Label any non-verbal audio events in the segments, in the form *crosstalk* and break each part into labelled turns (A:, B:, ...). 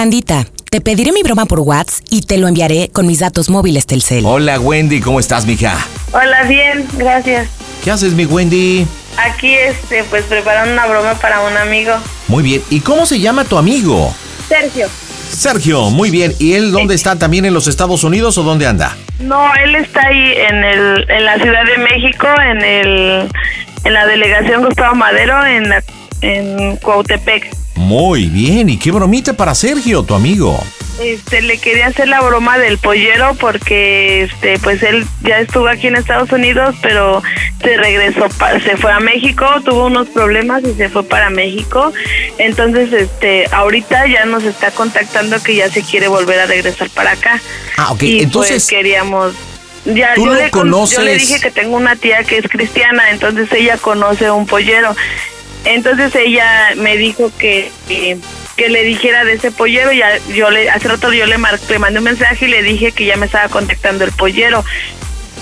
A: Pandita, te pediré mi broma por WhatsApp y te lo enviaré con mis datos móviles Telcel.
B: Hola Wendy, ¿cómo estás, mija?
C: Hola, bien, gracias.
B: ¿Qué haces, mi Wendy?
C: Aquí, este, pues preparando una broma para un amigo.
B: Muy bien. ¿Y cómo se llama tu amigo? Eh.
C: Sergio.
B: Sergio, muy bien. ¿Y él dónde está? ¿También en los Estados Unidos o dónde anda?
C: No, él está ahí en, el, en la Ciudad de México, en, el, en la delegación Gustavo Madero, en, la- en Cuautepec.
B: Muy bien. ¿Y qué bromita para Sergio, tu amigo?
C: Este, le quería hacer la broma del pollero porque, este, pues él ya estuvo aquí en Estados Unidos, pero se regresó, pa- se fue a México, tuvo unos problemas y se fue para México. Entonces, este, ahorita ya nos está contactando que ya se quiere volver a regresar para acá.
B: Ah, ok.
C: Y
B: entonces,
C: pues queríamos. Ya,
B: ¿tú lo
C: yo, le, con- yo le
B: conoces?
C: dije que tengo una tía que es cristiana, entonces ella conoce un pollero. Entonces ella me dijo que, que, que le dijera de ese pollero. Ya, yo le, hace rato yo le, mar- le mandé un mensaje y le dije que ya me estaba contactando el pollero.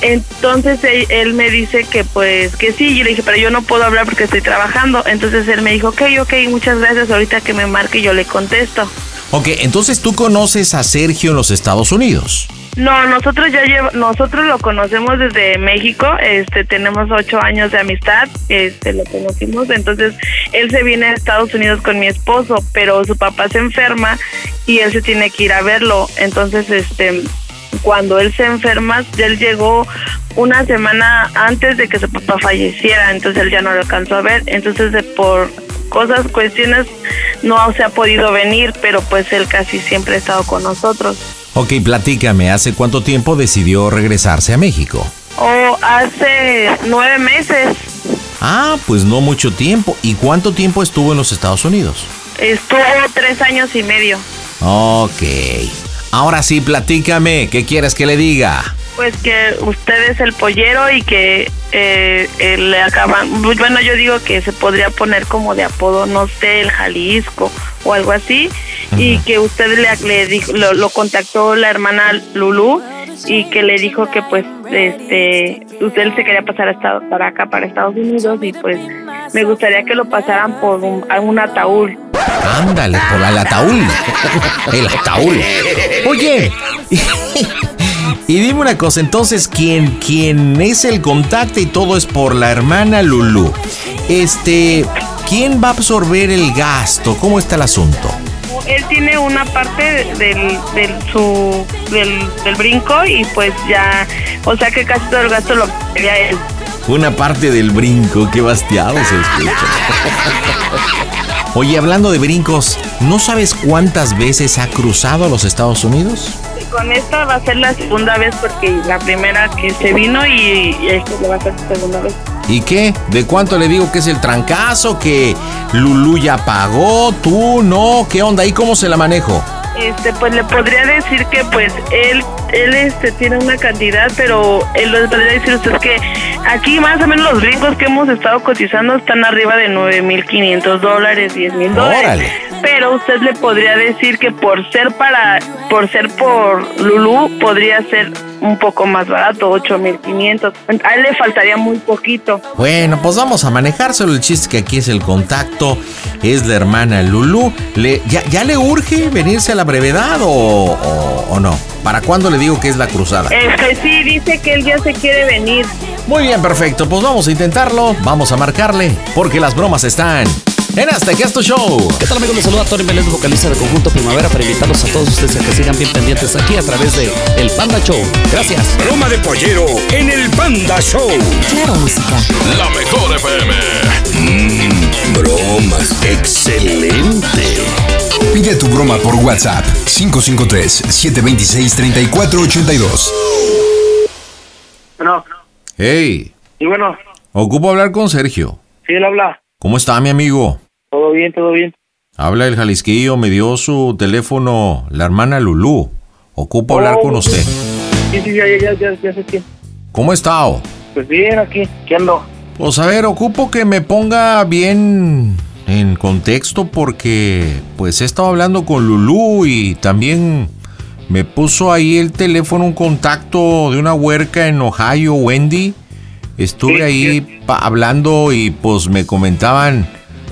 C: Entonces él, él me dice que pues que sí, yo le dije, pero yo no puedo hablar porque estoy trabajando. Entonces él me dijo, ok, ok, muchas gracias, ahorita que me marque yo le contesto.
B: ok, entonces tú conoces a Sergio en los Estados Unidos.
C: No, nosotros ya llevo, nosotros lo conocemos desde México, este, tenemos ocho años de amistad, este, lo conocimos, entonces él se viene a Estados Unidos con mi esposo, pero su papá se enferma y él se tiene que ir a verlo, entonces, este, cuando él se enferma, él llegó una semana antes de que su papá falleciera, entonces él ya no lo alcanzó a ver, entonces de- por cosas, cuestiones, no se ha podido venir, pero pues él casi siempre ha estado con nosotros.
B: Ok, platícame, ¿hace cuánto tiempo decidió regresarse a México?
C: Oh, hace nueve meses
B: Ah, pues no mucho tiempo. ¿Y cuánto tiempo estuvo en los Estados Unidos?
C: estuvo tres años y medio.
B: Ok. Ahora sí, platícame, ¿qué quieres que le diga?
C: Pues que usted es el pollero y que eh, eh, le acaban. Bueno, yo digo que se podría poner como de apodo, no sé, el Jalisco o algo así. Y que usted le, le dijo- lo, lo contactó la hermana Lulú y que le dijo que, pues, este, usted se quería pasar a Estados- para acá, para Estados Unidos. Y pues, me gustaría que lo pasaran por un, a un ataúd.
B: Ándale, por el ataúd. El ataúd. Oye. Y dime una cosa, entonces, ¿quién, quién es el contacto y todo es por la hermana Lulu? Este, ¿quién va a absorber el gasto? ¿Cómo está el asunto?
C: Él tiene una parte del, del, su, del, del brinco y pues ya, o sea que casi todo el gasto lo pagaría él.
B: Una parte del brinco, qué bastiado se escucha. Oye, hablando de brincos, ¿no sabes cuántas veces ha cruzado a los Estados Unidos?
C: Y con esta va a ser la segunda vez porque la primera que se vino y, y esta le va a ser su segunda vez.
B: ¿Y qué? ¿De cuánto le digo que es el trancazo? ¿Que Lulú ya pagó? ¿Tú no? ¿Qué onda? ¿Y cómo se la manejo?
C: Este, pues le podría decir que pues él, él este, tiene una cantidad, pero él le podría decir a usted que aquí más o menos los brincos que hemos estado cotizando están arriba de 9.500 dólares, 10.000 dólares.
B: Órale.
C: Pero usted le podría decir que por ser para, por ser por Lulú, podría ser un poco más barato, 8.500. A él le faltaría muy poquito.
B: Bueno, pues vamos a manejárselo. El chiste que aquí es el contacto, es la hermana Lulú. Le, ya, ya le urge venirse a la brevedad o, o- o no? ¿Para cuándo le digo que es la cruzada?
C: Este sí dice que él ya se quiere venir.
B: Muy bien, perfecto. Pues vamos a intentarlo. Vamos a marcarle, porque las bromas están en Hasta que es tu show.
D: ¿Qué tal amigos? Les saluda Tony Vélez, vocalista de Conjunto Primavera, para invitarlos a todos ustedes a que sigan bien pendientes aquí a través de El Panda Show. Gracias.
E: Toma de pollero en el Panda Show.
A: Claro, música.
E: La mejor FM. bromas. Excelente.
F: Pide tu broma por WhatsApp 553-726-3482.
G: Bueno,
B: Hey,
G: y bueno,
B: ocupo hablar con Sergio.
G: sí, él habla.
B: ¿Cómo está mi amigo?
G: Todo bien, todo bien.
B: Habla el Jalisquillo, me dio su teléfono la hermana Lulú. Ocupo hablar con usted.
G: Sí, sí, ya, ya, ya, ya, ya sé quién.
B: ¿Cómo está? o?
G: Pues bien, aquí, ¿qué ando?
B: Pues a ver, ocupo que me ponga bien en contexto porque pues he estado hablando con Lulú y también me puso ahí el teléfono un contacto de una huerca en Ohio, Wendy. Estuve
G: Sí,
B: ahí pa- hablando y pues me comentaban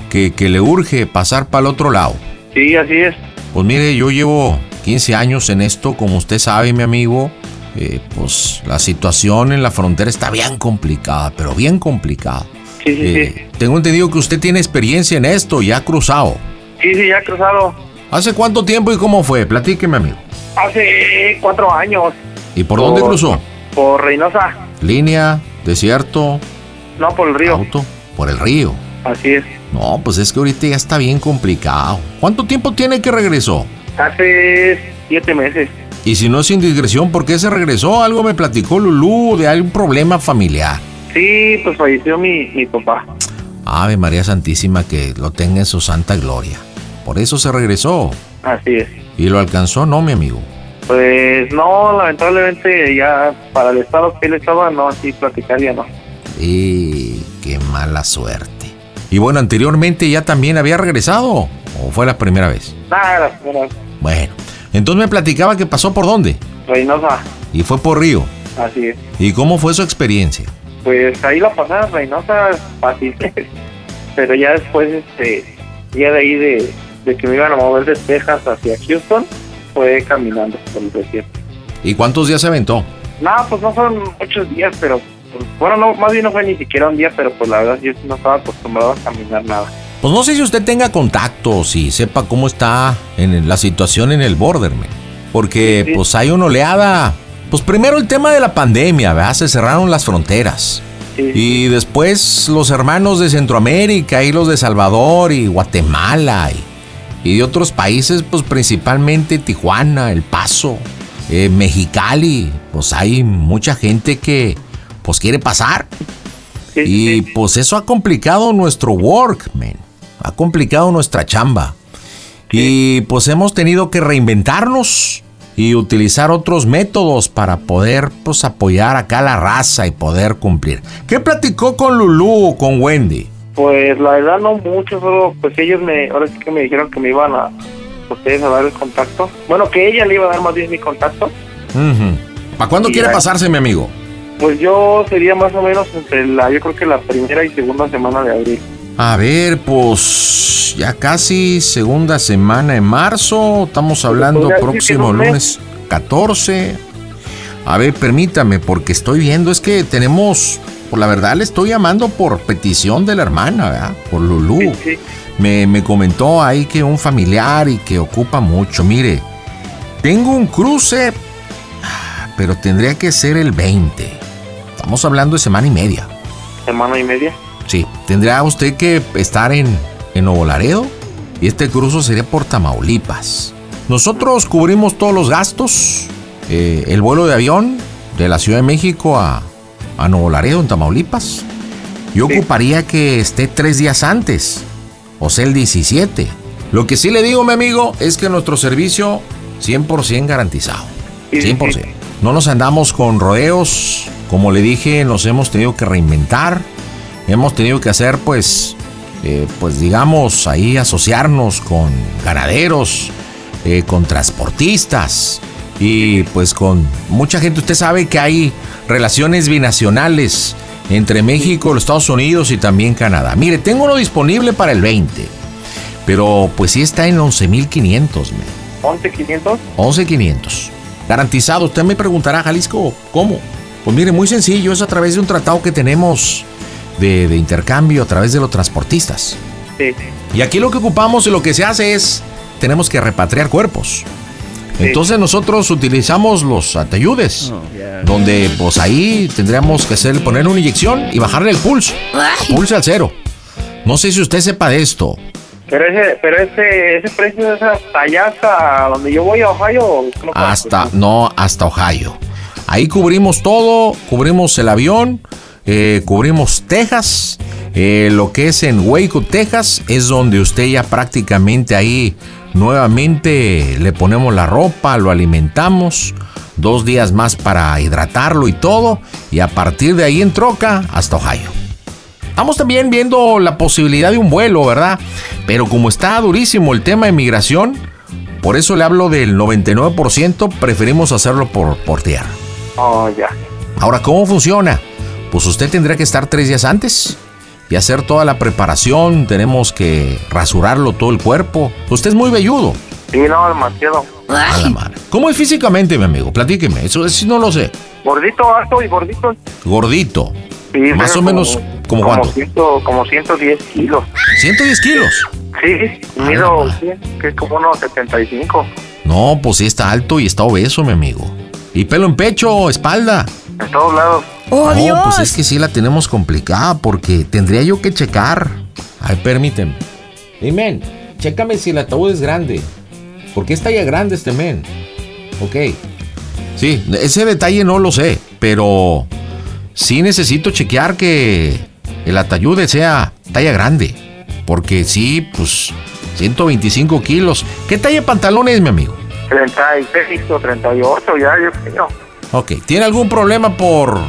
B: que, que le urge pasar para el otro lado.
G: Sí, así es.
B: Pues mire, yo llevo 15 años en esto, como usted sabe, mi amigo. Eh, pues la situación en la frontera está bien complicada, pero bien complicada.
G: Sí, sí,
B: Eh, tengo entendido que usted tiene experiencia en esto y ha cruzado.
G: sí. Sí, sí, ya cruzado.
B: ¿Hace cuánto tiempo y cómo fue? Platíqueme, amigo.
G: Hace cuatro años,
B: ¿Y por dónde
G: Por-
B: cruzó?
G: por Reynosa,
B: ¿Línea? ¿Desierto?
G: no por el río.
B: ¿Auto? ¿Por el río?
G: Así es.
B: No, pues es que ahorita ya está bien complicado. ¿Cuánto tiempo tiene que regresó?
G: Hace siete meses.
B: Y si no es indiscreción, ¿por qué se regresó? Algo me platicó Lulú de algún problema familiar.
G: Sí, pues falleció mi, mi papá.
B: Ave María Santísima, que lo tenga en su santa gloria. Por eso se regresó.
G: Así es.
B: Y lo alcanzó, no, mi amigo.
G: Pues no, lamentablemente ya para el estado que él estaba, no, así platicar ya no.
B: Y qué mala suerte. Y bueno, anteriormente ya también había regresado. ¿O fue la primera vez?
G: Nada, era
B: Bueno, entonces me platicaba que pasó por dónde.
G: Reynosa,
B: Y fue por Río.
G: así es.
B: ¿Y cómo fue su experiencia?
G: Pues ahí la pasaba Reynosa fácil. *laughs* Pero ya después, este, ya de ahí de, de que me iban a mover de Texas hacia Houston, fue caminando por el desierto.
B: ¿Y cuántos días se aventó?
G: Nada, pues no fueron muchos días, pero pues, bueno, no, más bien no fue ni siquiera un día, pero pues la verdad yo no estaba acostumbrado a caminar nada.
B: Pues no sé si usted tenga contactos y sepa cómo está en la situación en el border, men. Porque
G: Sí, sí.
B: pues hay una oleada. Pues primero el tema de la pandemia, ¿verdad? Se cerraron las fronteras.
G: Sí,
B: Y después los hermanos de Centroamérica y los de Salvador y Guatemala y, y de otros países, pues principalmente Tijuana, El Paso, eh, Mexicali. Pues hay mucha gente que pues quiere pasar.
G: sí,
B: Y
G: sí, sí.
B: pues eso ha complicado nuestro work, man. Ha complicado nuestra chamba. Y pues hemos tenido que reinventarnos y utilizar otros métodos para poder pues apoyar acá a la raza y poder cumplir. ¿Qué platicó con Lulú o con Wendy?
G: Pues la verdad no mucho, solo pues ellos me, ahora sí que me dijeron que me iban a ustedes a dar el contacto. Bueno, que ella le iba a dar más bien mi contacto.
B: ¿Para cuándo
G: Sí,
B: quiere
G: ay.
B: pasarse, mi amigo?
G: Pues yo sería más o menos entre la, yo creo que la primera y segunda semana de abril.
B: A ver, pues ya casi segunda semana de marzo, estamos hablando
G: podría decir que
B: próximo
G: en un mes.
B: lunes 14. A ver, permítame, porque estoy viendo, es que tenemos, por la verdad le estoy llamando por petición de la hermana, ¿verdad? Por Lulú.
G: Sí, sí,
B: Me, me comentó ahí que un familiar y que ocupa mucho. Mire, tengo un cruce, ah, pero tendría que ser el 20. Estamos hablando de semana y media.
G: semana y media.
B: Sí, tendrá usted que estar en, en Nuevo Laredo y este cruzo sería por Tamaulipas. Nosotros cubrimos todos los gastos, eh, el vuelo de avión de la Ciudad de México a, a Nuevo Laredo, en Tamaulipas. Yo
G: Sí.
B: ocuparía que esté tres días antes, o sea, el 17. Lo que sí le digo, mi amigo, es que nuestro servicio 100% garantizado.
G: Sí, sí,
B: 100%.
G: sí.
B: No nos andamos con rodeos. Como le dije, nos hemos tenido que reinventar. Hemos tenido que hacer, pues, eh, pues digamos, ahí asociarnos con ganaderos, eh, con transportistas y pues con mucha gente. Usted sabe que hay relaciones binacionales entre México, los Estados Unidos y también Canadá. Mire, tengo uno disponible para el 20, pero pues sí está en 11.500, me.
G: 11,500.
B: 11,500. Garantizado. Usted me preguntará, Jalisco, ¿cómo? Pues mire, muy sencillo, es a través de un tratado que tenemos de, de intercambio a través de los transportistas.
G: Sí, sí.
B: Y aquí lo que ocupamos y lo que se hace es, tenemos que repatriar cuerpos. Entonces nosotros utilizamos los ateyudes, donde pues ahí tendríamos que hacer, poner una inyección y bajarle el pulso. Pulso al cero. No sé si usted sepa de esto.
G: Pero ese, pero ese, ese precio es hasta allá, hasta donde yo voy a Ohio. ¿o cómo?
B: Hasta, no, hasta Ohio. Ahí cubrimos todo, cubrimos el avión, eh, cubrimos Texas, eh, lo que es en Waco, Texas, es donde usted ya prácticamente ahí nuevamente le ponemos la ropa, lo alimentamos, dos días más para hidratarlo y todo, y a partir de ahí en troca hasta Ohio. Estamos también viendo la posibilidad de un vuelo, ¿verdad? Pero como está durísimo el tema de migración, por eso le hablo del 99%, preferimos hacerlo por, por tierra.
G: Oh, ya.
B: Ahora, ¿cómo funciona? Pues usted tendrá que estar tres días antes y hacer toda la preparación. Tenemos que rasurarlo todo el cuerpo. Usted es muy velludo.
G: Sí, no, demasiado.
B: A Ah, la madre. ¿Cómo es físicamente, mi amigo? Platíqueme. Eso sí no lo sé.
G: Gordito, alto y gordito.
B: Gordito.
G: Sí,
B: Más
G: pero
B: o menos, ¿como
G: como,
B: cuánto?
G: ciento- como 110 kilos.
B: 110 kilos.
G: Sí,
B: Ah,
G: mido
B: la
G: sí, que es como unos 75.
B: No, pues sí está alto y está obeso, mi amigo. Y pelo en pecho, espalda.
G: En todos lados.
A: ¡Oh,
B: no,
A: Dios!
B: pues es que sí la tenemos complicada porque tendría yo que checar. Ay, permíteme. Hey, men, chécame si el ataúd es grande. Porque está ya grande este men. Ok. Sí, ese detalle no lo sé, pero sí necesito chequear que el atayude sea talla grande. Porque sí, pues 125 kilos. ¿Qué talla de pantalón es, mi amigo?
G: 36 o 38 ya, yo creo.
B: Ok, ¿tiene algún problema por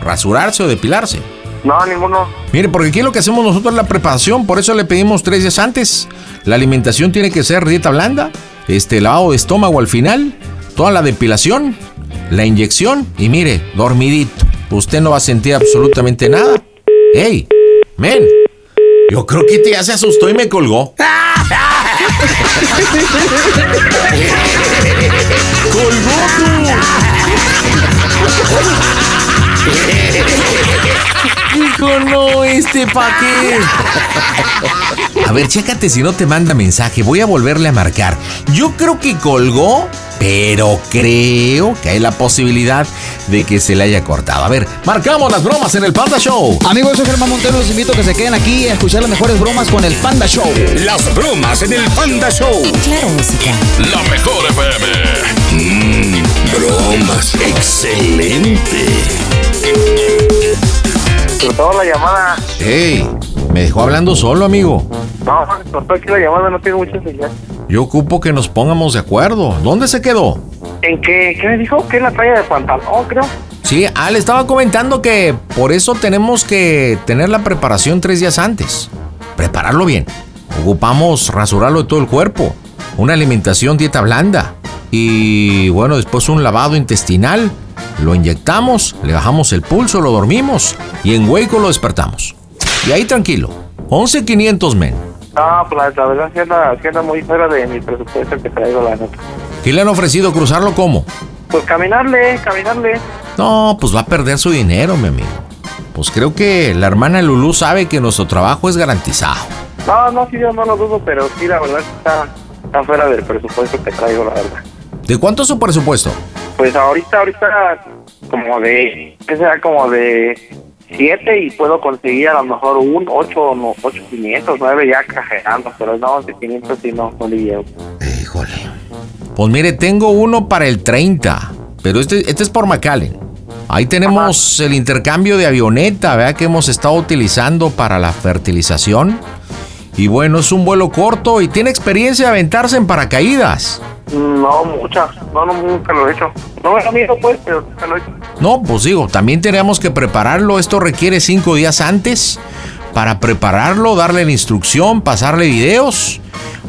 B: rasurarse o depilarse?
G: No, ninguno.
B: Mire, porque aquí lo que hacemos nosotros es la preparación, por eso le pedimos tres días antes. La alimentación tiene que ser dieta blanda, este lavado de estómago al final, toda la depilación, la inyección y mire, dormidito. Usted no va a sentir absolutamente nada. ¡Ey! ¡Men! Yo creo que este ya se asustó y me *laughs* colgó. Dijo, no, este pa' qué. A ver, chécate si no te manda mensaje. Voy a volverle a marcar. Yo creo que colgó, pero creo que hay la posibilidad de que se le haya cortado. A ver, marcamos las bromas en el Panda Show.
D: Amigos, soy Germán Montero. Los invito a que se queden aquí a escuchar las mejores bromas con el Panda Show.
E: Las bromas en el Panda Show.
A: Claro, música.
E: La mejor FM. Mm, bromas. Excelente.
G: Cortó la llamada.
B: Ey, me dejó hablando solo, amigo.
G: No, cortó aquí la llamada, no tiene mucha señal.
B: Yo ocupo que nos pongamos de acuerdo. ¿Dónde se quedó?
G: ¿En qué? ¿Qué me dijo? ¿Qué es la talla de pantalón, creo?
B: Sí, ah, le estaba comentando que por eso tenemos que tener la preparación tres días antes. Prepararlo bien. Ocupamos rasurarlo de todo el cuerpo. Una alimentación dieta blanda. Y bueno, después un lavado intestinal. Lo inyectamos, le bajamos el pulso, lo dormimos. Y en Waco lo despertamos. Y ahí tranquilo. 11.500 men.
G: Ah, pues la, la verdad sí anda, sí anda muy fuera de mi presupuesto que traigo, la neta.
B: ¿Qué le han ofrecido cruzarlo cómo?
G: Pues caminarle, caminarle.
B: No, pues va a perder su dinero, mi amigo. Pues creo que la hermana Lulú sabe que nuestro trabajo es garantizado.
G: No, no, sí, yo no lo dudo, pero sí, la verdad sí está, está fuera del presupuesto que traigo, la verdad.
B: ¿De cuánto es su presupuesto?
G: Pues ahorita, ahorita, como de, que sea como de siete y puedo conseguir a lo mejor un ocho, o no, ocho quinientos, nueve ya cajerando, pero no, de quinientos sí no, no le llevo.
B: Híjole. Pues mire, tengo uno para el 30, pero este, este es por McAllen. Ahí tenemos el intercambio de avioneta, ¿verdad? Que hemos estado utilizando para la fertilización. Y bueno, es un vuelo corto y tiene experiencia de aventarse en paracaídas.
G: No, muchas, no, no, nunca lo he hecho. No me da miedo, pues, pero nunca lo he hecho.
B: No, pues digo, también tenemos que prepararlo. Esto requiere cinco días antes para prepararlo, darle la instrucción, pasarle videos.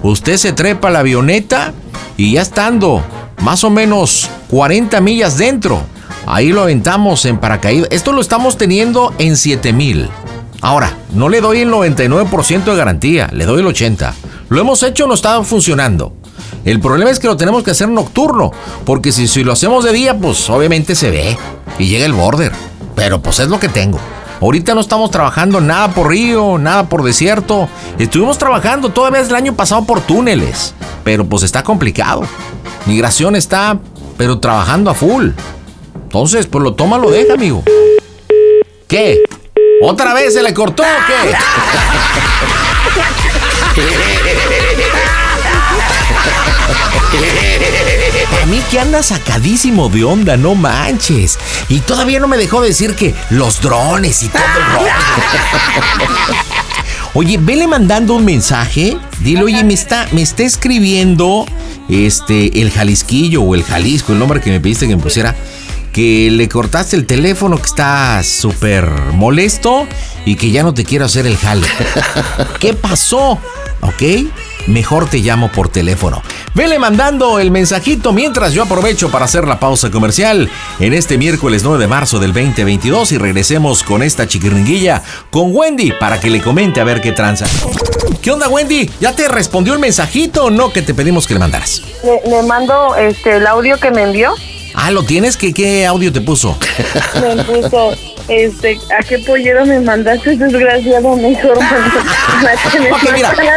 B: Usted se trepa a la avioneta y ya estando más o menos 40 millas dentro, ahí lo aventamos en paracaídas. Esto lo estamos teniendo en 7000. Ahora, no le doy el 99% de garantía, le doy el 80%. Lo hemos hecho, no está funcionando. El problema es que lo tenemos que hacer nocturno, porque si, si lo hacemos de día, pues obviamente se ve y llega el border. Pero pues es lo que tengo. Ahorita no estamos trabajando nada por río, nada por desierto. Estuvimos trabajando todavía el año pasado por túneles, pero pues está complicado. Migración está, pero trabajando a full. Entonces, pues lo toma, lo deja, amigo. ¿Qué? ¿Otra vez se le cortó o qué? A mí que anda sacadísimo de onda, no manches. Y todavía no me dejó decir que los drones y todo el rollo. Oye, vele mandando un mensaje. Dile, oye, me está, me está escribiendo este, el Jalisquillo o el Jalisco, el nombre que me pediste que me pusiera. Que le cortaste el teléfono, que está súper molesto y que ya no te quiero hacer el jale. ¿Qué pasó? ¿Ok? Mejor te llamo por teléfono. Vele mandando el mensajito mientras yo aprovecho para hacer la pausa comercial en este miércoles 9 de marzo del 2022 y regresemos con esta chiquiringuilla con Wendy para que le comente a ver qué tranza. ¿Qué onda Wendy? ¿Ya te respondió el mensajito o no que te pedimos que le mandaras?
C: Le, le mando este, el audio que me envió.
B: Ah, ¿lo tienes? ¿Qué, qué audio te puso?
C: Me puso, este, ¿a qué pollero me mandaste, desgraciado?
B: *laughs*
C: Mejor *laughs* mándame-
B: Ok, mira.
C: mándame,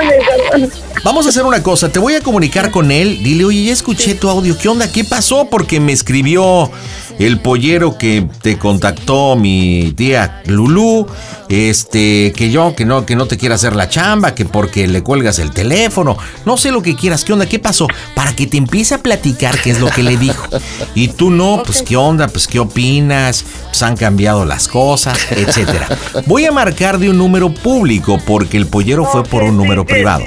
C: cabrón.
B: Vamos a hacer una cosa, te voy a comunicar con él, dile, oye, ya escuché tu audio, ¿qué onda? ¿Qué pasó? Porque me escribió el pollero que te contactó mi tía Lulú, este, que yo, que no, que no te quiera hacer la chamba, que porque le cuelgas el teléfono, no sé lo que quieras, ¿qué onda? ¿Qué pasó? Para que te empiece a platicar qué es lo que le dijo. Y tú no, pues qué onda, pues qué opinas, pues han cambiado las cosas, etcétera. Voy a marcar de un número público porque el pollero fue por un número
C: Sí, sí,
B: privado.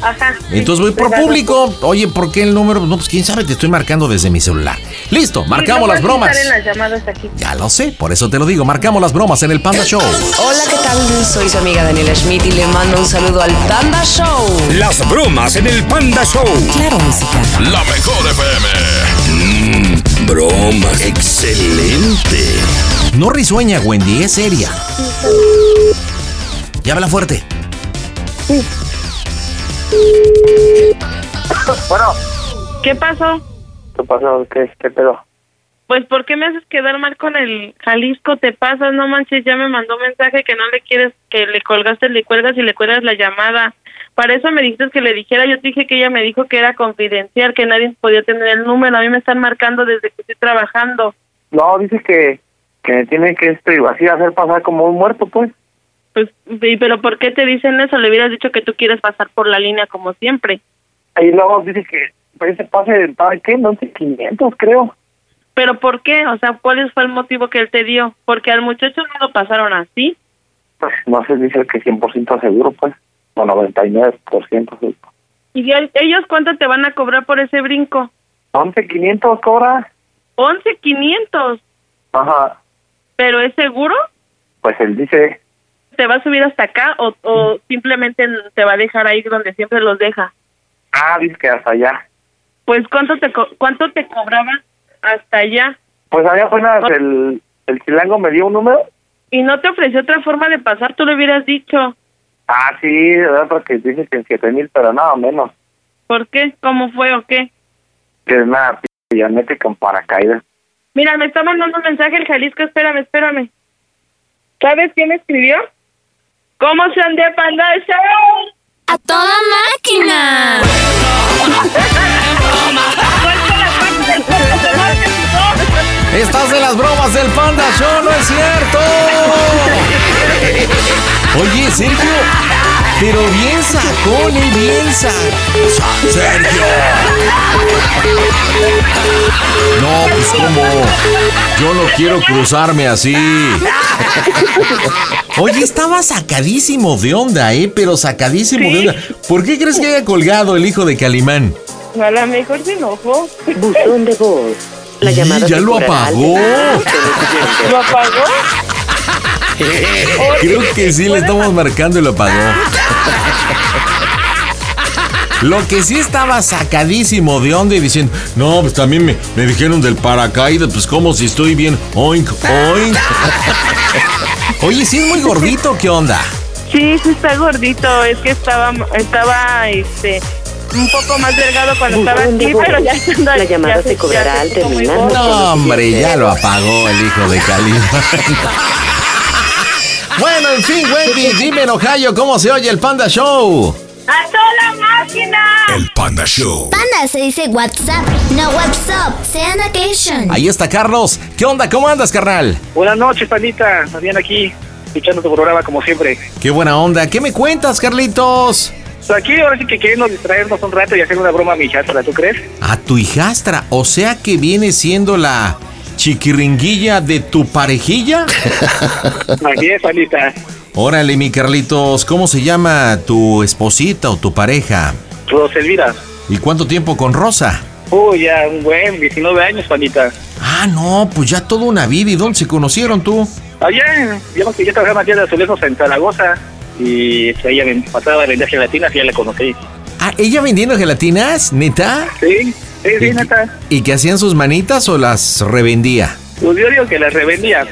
C: Ajá, ajá.
B: Entonces voy por
C: Privado.
B: público. Oye, ¿por qué el número? No, pues quién sabe, te estoy marcando desde mi celular. Listo,
C: Sí,
B: marcamos
C: no
B: las
C: puedes
B: bromas.
C: estar en las llamadas aquí.
B: Ya lo sé, por eso te lo digo, marcamos las bromas en el Panda Show.
H: Hola, ¿qué tal? Soy su amiga Daniela Schmidt y le mando un saludo al Panda Show.
E: Las bromas en el Panda Show.
A: Claro, música.
E: La mejor FM. Mmm, bromas. Excelente.
B: No risueña, Wendy, es seria. Ya habla fuerte.
G: Bueno,
C: ¿Qué pasó?
G: ¿qué pasó? ¿Qué, qué pedo?
C: Pues, ¿por qué me haces quedar mal con el Jalisco? Te pasas, no manches, ya me mandó mensaje que no le quieres, que le colgaste, le cuelgas y le cuelgas la llamada. Para eso me dijiste que le dijera, yo te dije que ella me dijo que era confidencial, que nadie podía tener el número, a mí me están marcando desde que estoy trabajando.
G: No, dice que, que me tiene que este, así hacer pasar como un muerto, pues.
C: Pues, y- pero ¿por qué te dicen eso? Le hubieras dicho que tú quieres pasar por la línea como siempre.
G: Y luego dice que pues, ese pase de tal, ¿qué? No sé, 500 creo.
C: Pero ¿por qué? O sea, ¿cuál fue el motivo que él te dio? Porque al muchacho no lo pasaron así.
G: Pues no sé, dice que 100% seguro, pues. O 99% seguro.
C: ¿Y el- ellos cuánto te van a cobrar por ese brinco?
G: 11.500 cobra.
C: Once quinientos.
G: Ajá.
C: ¿Pero es seguro?
G: Pues él dice,
C: ¿Te va a subir hasta acá o, o simplemente te va a dejar ahí donde siempre los deja?
G: ah, dice que hasta allá.
C: Pues ¿cuánto te, co- cuánto te cobraban hasta allá?
G: Pues allá apenas el, el chilango me dio un número.
C: Y no te ofreció otra forma de pasar, tú lo hubieras dicho.
G: Ah, sí, ¿verdad? porque dice que en 7.000, pero nada menos.
C: ¿Por qué? ¿Cómo fue o qué?
G: Que es una pillanete *laughs* con paracaídas.
C: Mira, me está mandando un mensaje el Jalisco, espérame, espérame. ¿Sabes quién escribió? ¿Cómo se han de panda el show?
I: ¡A toda máquina!
B: Estás en las bromas del Panda Show, no es cierto. Oye, Sergio, pero bien sacón y bien sacón. Sergio. No, pues como yo no quiero cruzarme así. Oye, estaba sacadísimo de onda, ¿eh? Pero sacadísimo de onda. ¿Por qué crees que haya colgado el hijo de Calimán?
C: A lo mejor se enojó.
H: Buzón de voz. La
B: Y
H: llamada
B: ya lo
H: temporal.
B: apagó.
H: *laughs*
C: ¿Lo apagó?
B: Creo que sí le estamos marcando y lo apagó. Lo que sí estaba sacadísimo de onda y diciendo, no, pues también me, me dijeron del paracaídas, pues como si estoy bien, oink, oink. Oye, sí es muy gordito, ¿qué onda?
C: Sí, sí está gordito, es que estaba, estaba, este, un poco más delgado cuando estaba
H: Buzón de
C: aquí,
H: voz.
C: pero ya estando
H: La
C: aquí,
H: llamada
C: ya
H: se cobrará
C: ya se
H: al
C: puso muy
H: terminar.
C: gordo.
B: No, hombre, ya lo apagó el hijo de Cali. Bueno, en fin, Wendy, dime en Ohio cómo se oye el Panda Show.
J: ¡A toda máquina!
E: El Panda Show.
K: Panda se dice WhatsApp, no WhatsApp, sea occasion.
B: Ahí está Carlos. ¿Qué onda? ¿Cómo andas, carnal?
L: Buenas noches, Pandita. Fabián aquí, escuchando tu programa como siempre.
B: Qué buena onda. ¿Qué me cuentas, Carlitos?
L: Pues Aquí ahora sí que queremos distraernos un rato y hacer una broma a mi hijastra, ¿tú crees?
B: A tu hijastra, o sea que viene siendo la chiquiringuilla de tu parejilla.
L: *laughs* Así es, Pandita.
B: Órale, mi Carlitos, ¿cómo se llama tu esposita o tu pareja?
L: Roselvira.
B: ¿Y cuánto tiempo con Rosa?
L: Uy, ya un buen 19 años, Pandita.
B: Ah, no, pues ya toda una vida. ¿Y dónde se conocieron tú?
L: Allá, digamos que yo trabajaba aquí de azulejos en Zaragoza y este, ella me pasaba a vender gelatinas y ya la conocí.
B: Ah, ¿ella vendiendo gelatinas, neta?
L: Sí, sí, sí, neta.
B: ¿Y que hacían sus manitas o las
L: *laughs*
B: revendía?
L: Pues yo digo que la revendía.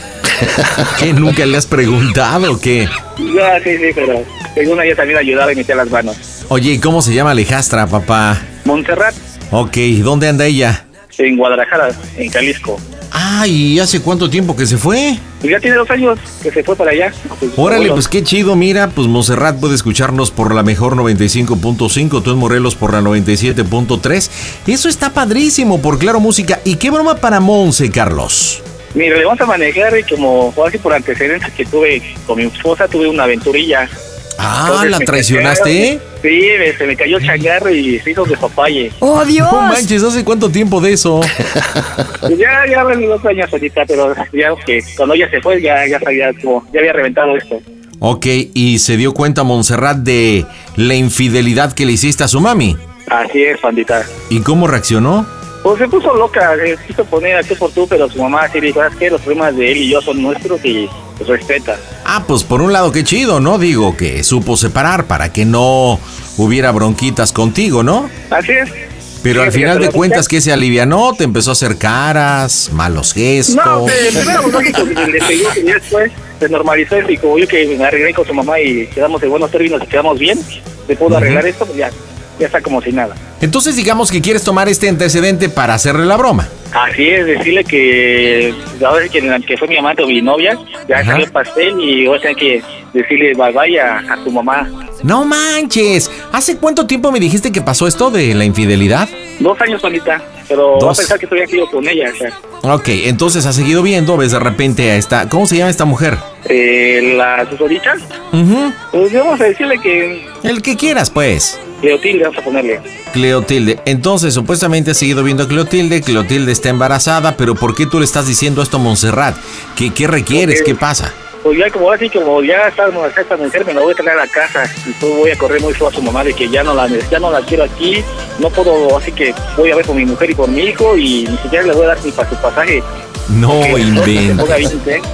L: *laughs*
B: ¿Qué nunca le has preguntado o qué?
L: ya, ah, sí, sí, pero según ella también ayudaba y metía las manos.
B: Oye, ¿y cómo se llama la hijastra, papá?
L: Montserrat,
B: Ok, ¿dónde anda ella?
L: en Guadalajara, en Jalisco.
B: Ay, ¿hace cuánto tiempo que se fue?
L: Y ya tiene dos años que se fue para allá. Pues,
B: Órale,
L: bueno,
B: pues qué chido, mira, pues Monserrat puede escucharnos por la mejor 95.5, tú en Morelos por la 97.3. Eso está padrísimo por Claro Música. ¿Y qué broma para Monse, Carlos?
L: Mira, le vamos a manejar y como así por antecedentes que tuve con mi esposa, tuve una aventurilla.
B: Ah,
L: Entonces,
B: ¿la
L: me
B: traicionaste?
L: cacharon, Sí, me- se me cayó el changarro y se hizo de papaye.
A: ¡Oh, Dios!
B: No manches, ¿hace cuánto tiempo de eso?
L: Pues ya, ya hablé dos años ahorita, pero ya que cuando ella se fue, ya, ya sabía como, ya había reventado esto.
B: ok, y se dio cuenta Monserrat de la infidelidad que le hiciste a su mami.
L: Así es, bandita.
B: ¿Y cómo reaccionó?
L: Pues se puso loca, eh, quiso poner a tú por tú, pero su mamá sí le dijo, "¿Sabes qué? Los problemas de él y yo son nuestros y los respeta.
B: Ah, pues por un lado qué chido, ¿no? Digo que supo separar para que no hubiera bronquitas contigo, ¿no?
L: Así es.
B: Pero
L: Sí,
B: al
L: sí,
B: final
L: pero
B: de
L: la
B: cuentas que se alivianó, te empezó a hacer caras, malos gestos.
L: No, eh,
B: *laughs*
L: primero pues, lógico, le pegó y después se normalizó y como yo que me arreglé con su mamá y quedamos de buenos términos y quedamos bien, se pudo
B: Ujú.
L: arreglar esto, pues ya, ya está como si nada.
B: Entonces digamos que quieres tomar este antecedente para hacerle la broma.
L: Así es, decirle que ahora sí que, que fue mi amante o mi novia, ya
B: Ajá.
L: salió el pastel y voy a tener que decirle bye bye a, a su mamá.
B: No manches, ¿hace cuánto tiempo me dijiste que pasó esto de la infidelidad?
L: Dos años, Juanita, pero va a
B: Dos.
L: pensar que todavía sigo con ella, o sea,
B: Ok, entonces has seguido viendo, ves de repente a esta... ¿Cómo se llama esta mujer?
L: eh, la susodicha,
B: Ujú,
L: pues vamos a decirle que
B: El que quieras, pues.
L: Leotilde, vamos a ponerle.
B: Cleotilde. Entonces, supuestamente has seguido viendo a Cleotilde. Cleotilde está embarazada, pero ¿por qué tú le estás diciendo esto a Montserrat? ¿Qué, qué requieres?
L: Ok.
B: ¿Qué pasa?
L: Pues ya como así, como ya está embarazada esta mujer, me la voy a traer a la casa y pues voy a correr muy feo a su mamá de que ya no la ya no la quiero aquí, no puedo, así que voy a ver con mi mujer y con mi hijo y ni siquiera le voy a dar ni para su pasaje.
B: No
L: Que la cosa se ponga bien
B: inventes.
L: intensa.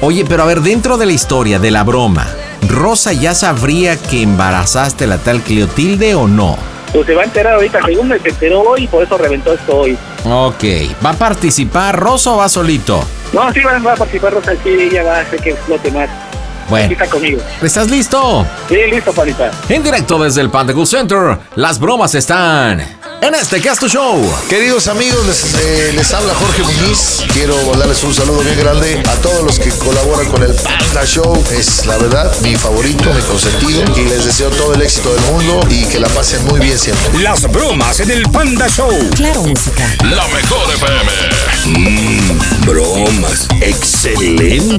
B: Oye, pero a ver, dentro de la historia, de la broma, ¿Rosa ya sabría que embarazaste a la tal Cleotilde o no?
L: Pues se va a enterar ahorita, según me se enteró hoy, por eso reventó esto hoy.
B: Ok, ¿va a participar Rosa o va solito?
L: No, sí va, va a participar Rosa, sí, ella va a hacer que explote más. Aquí
B: Bueno,
L: está conmigo.
B: ¿estás listo?
L: Sí, listo, panita.
B: En directo desde el Panda Cool Center, las bromas están en este Casto Show.
M: Queridos amigos, les, eh, les habla Jorge Muñiz. Quiero mandarles un saludo bien grande a todos los que colaboran con el Panda Show. Es la verdad mi favorito, mi consentido. Y les deseo todo el éxito del mundo y que la pasen muy bien siempre.
E: Las bromas en el Panda Show.
A: Claro, música.
E: La mejor FM. Mm, bromas. Excelente.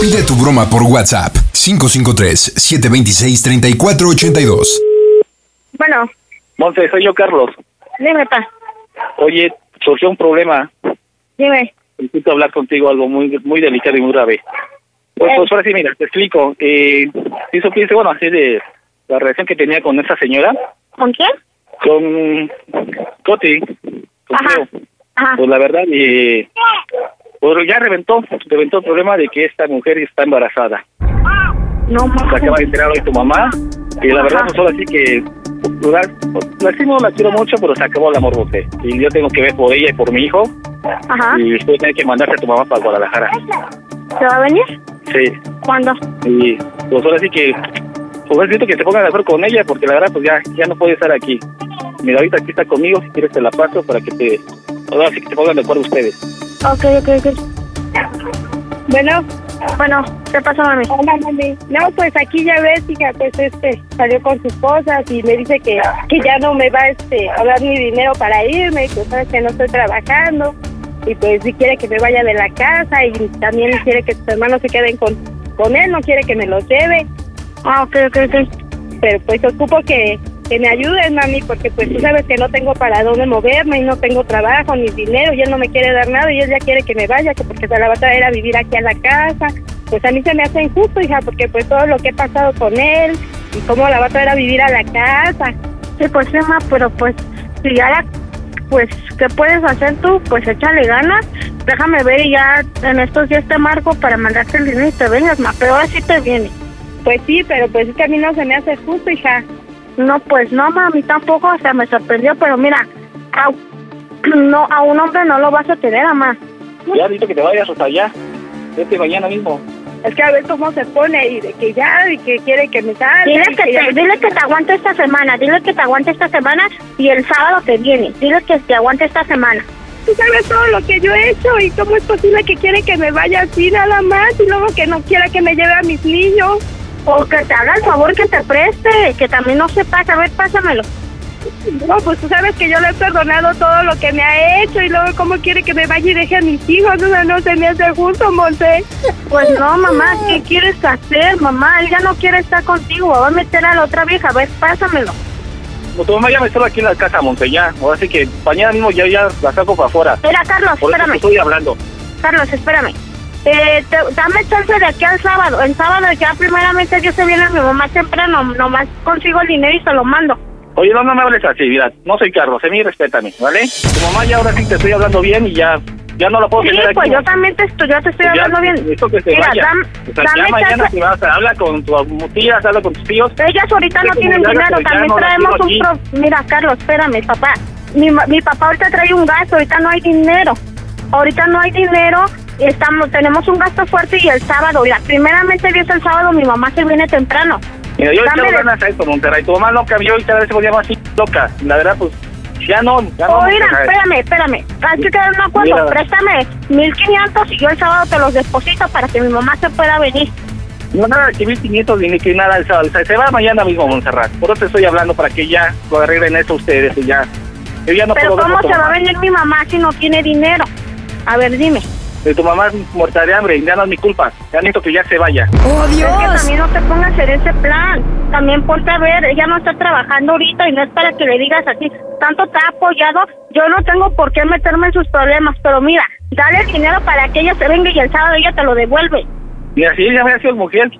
F: Pide tu broma por WhatsApp 553-726-3482.
J: Bueno,
L: Monse, soy yo, Carlos.
J: dime, pa,
L: Oye, surgió un problema.
J: dime.
L: Necesito hablar contigo algo muy muy delicado y muy grave. Pues, pues ahora sí, mira, te explico. Eh, sí supiste, bueno, así de la relación que tenía con esa señora,
J: ¿Con quién?
L: con Coti.
J: Ajá,
L: contigo.
J: ajá.
L: Pues la verdad, eh, pues ya reventó, reventó el problema de que esta mujer está embarazada.
J: No,
L: Se acaba de enterar hoy tu mamá, y la verdad,
J: Ajá.
L: pues ahora sí que la, la sí no la quiero mucho, pero se acabó el amor, José. Y yo tengo que ver por ella y por mi hijo,
J: Ajá.
L: y después tengo que mandarte a tu mamá para Guadalajara.
J: ¿Se va a venir?
L: Sí,
J: ¿Cuándo?
L: y pues ahora sí que, pues necesito que se pongan de acuerdo con ella, porque la verdad, pues ya, ya no puede estar aquí. Mira, ahorita aquí está conmigo, si quieres te la paso para que te, ahora sí que te pongan de acuerdo ustedes.
J: Ok, ok, ok. Bueno, Bueno, ¿qué pasó, mami? Hola, mami. No, pues aquí ya ves, hija, pues este salió con sus cosas y me dice que, que ya no me va este, a dar mi dinero para irme, que sabes que no estoy trabajando y pues si quiere que me vaya de la casa y también quiere que tus hermanos se queden con, con él, no quiere que me los lleve. Ah, ok, ok, ok. Pero pues ocupo que, que me ayudes, mami, porque pues tú sabes que no tengo para dónde moverme y no tengo trabajo ni dinero y él no me quiere dar nada y él ya quiere que me vaya, que porque se la va a traer a vivir aquí a la casa. Pues a mí se me hace injusto, hija, porque pues todo lo que he pasado con él y cómo la va a traer a vivir a la casa. Sí, pues sí, ma, pero pues si ya la pues, ¿qué puedes hacer tú? Pues échale ganas. Déjame ver y ya en estos días te marco para mandarte el dinero y te vengas, ma. Pero ahora sí te viene. Pues sí, pero pues es que a mí no se me hace justo, hija. No, pues no, ma, a mí tampoco. O sea, me sorprendió, pero mira, a, *clears throat* no, a un hombre no lo vas a tener, mamá.
L: Ya has dicho que te vayas hasta allá. Vete mañana mismo.
J: Es que a ver cómo se pone y de que ya, y que quiere que me salga.
N: Dile
J: y
N: que,
J: ya
N: te,
J: me-
N: dile que te aguante esta semana, dile que te aguante esta semana y el sábado que viene, dile que te aguante esta semana.
J: Tú sabes todo lo que yo he hecho y cómo es posible que quiere que me vaya así nada más y luego que no quiera que me lleve a mis niños.
N: O que te haga el favor que te preste, que también no se pasa, a ver, pásamelo.
J: No, pues tú sabes que yo le he perdonado todo lo que me ha hecho y luego cómo quiere que me vaya y deje a mis hijos. O sea, no se me hace justo, Monse.
N: Pues no, mamá,
J: *laughs*
N: ¿qué quieres hacer, mamá? Él ya no quiere estar contigo, va a meter a la otra vieja, a ver, pásamelo.
L: No, tu mamá ya me estuvo aquí en la casa, Monte, ya. Ahora sí que mañana mismo ya, ya la saco para afuera.
N: Mira, Carlos,
L: Por eso te
N: espérame.
L: estoy hablando.
N: Carlos, espérame. Eh, te- dame chance de aquí al sábado. El sábado ya primeramente yo se viene mi mamá temprano, nomás consigo el dinero y se lo mando.
L: Oye, no, no me hables así, mira. No soy Carlos, a mí respétame, ¿vale? Tu mamá ya ahora sí te estoy hablando bien y ya, ya no la puedo
N: Sí,
L: tener aquí.
N: pues yo también te estoy, yo te estoy
L: Pues Ya,
N: hablando bien.
L: Necesito que se
N: Mira,
L: vaya.
N: dam-
L: o sea, ya
N: dame
L: mañana
N: chance.
L: si vas a hablar con tus tías, habla con tus tíos.
N: Ellas ahorita no
L: Como
N: tienen
L: ya las
N: dinero,
L: que ya
N: también
L: no las
N: traemos
L: tengo
N: un...
L: aquí.
N: pro- Mira, Carlos, espérame, papá. Mi, ma- mi papá ahorita trae un gasto, ahorita no hay dinero. Ahorita no hay dinero, estamos tenemos un gasto fuerte y el sábado, la primeramente Dios el sábado, mi mamá se viene temprano.
L: Mira, yo le
N: Dame
L: quiero
N: de-
L: ganas a esto, Monterrey. Tu mamá no cambió y cada vez se volvía más loca. La verdad, pues, ya no, ya
N: Oiga,
L: no. Monterrey.
N: Oh, espérame, espérame. Hay que quedar un acuerdo.
L: Mira.
N: Préstame 1500 y yo el sábado te los deposito para que mi mamá se pueda venir.
L: No nada de que 1500 ni que nada el sábado. O sea, se va mañana mismo, Montserrat. Por eso te estoy hablando, para que ya lo arreglen eso ustedes y ya. Yo ya no
N: Pero
L: puedo ver
N: ¿cómo
L: con tu
N: se va a
L: mamá.
N: venir mi mamá si no tiene dinero? A ver, dime.
L: Eh, Tu mamá es muerta de hambre, ya no es mi culpa. Ya necesito que ya se vaya.
N: ¡Oh, Dios! Es que también no te pongas en ese plan. También ponte a ver, ella no está trabajando ahorita y no es para que le digas así. Tanto te ha apoyado, yo no tengo por qué meterme en sus problemas. Pero mira, dale el dinero para que ella se venga y el sábado ella te lo devuelve.
L: Mira, si ella hubiera sido mujer,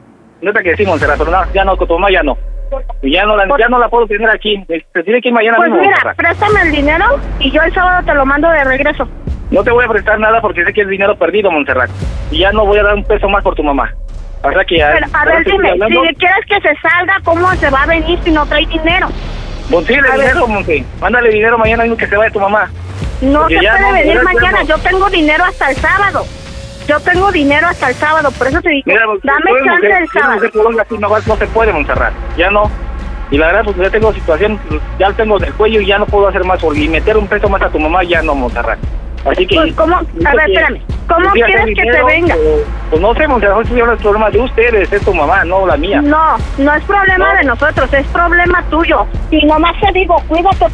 L: no te que sí, Montserrat, pero no, ya no, con tu mamá ya no. Y ya no la, ya no la puedo tener aquí. Eh, Te tiene que ir mañana
N: Pues
L: mismo,
N: mira,
L: Montserrat.
N: préstame el dinero y yo el sábado te lo mando de regreso.
L: No te voy a prestar nada porque sé que es dinero perdido, Montserrat. Y ya no voy a dar un peso más por tu mamá. O sea que ya...
N: Pero, a
L: ahora
N: ver,
L: te estoy
N: dime,
L: hablando.
N: si quieres que se salga, ¿cómo se va a venir si no trae dinero?
L: Consíguele
N: A ver,
L: dinero,
N: tú-
L: Monse. Mándale dinero mañana mismo que se vaya tu mamá.
N: No
L: Porque
N: se
L: ya
N: puede
L: no,
N: venir
L: no
N: mañana,
L: podemos.
N: yo tengo dinero hasta el sábado. Yo tengo dinero hasta el sábado, por eso te digo,
L: Mira, pues, Monse,
N: dame
L: tú eres
N: chance
L: mujer,
N: el
L: tú eres
N: sábado.
L: mujer pulonga, así no, vas- no se puede, Montserrat. Ya no. Y la verdad, pues ya tengo situación, pues, ya tengo del cuello y ya no puedo hacer más. por- Y meter un peso más a tu mamá ya no, Montserrat. Así que...
N: Pues, ¿cómo? A ver, espérame, ¿cómo
L: Sí, hacer
N: quieres que te
L: dinero,
N: venga?
L: pero, Pues no sé, Montserrat, estoy hablando del problema de ustedes, es tu mamá, no la mía.
N: No, no es problema de nosotros, es problema tuyo. Y nomás te digo, cuídate,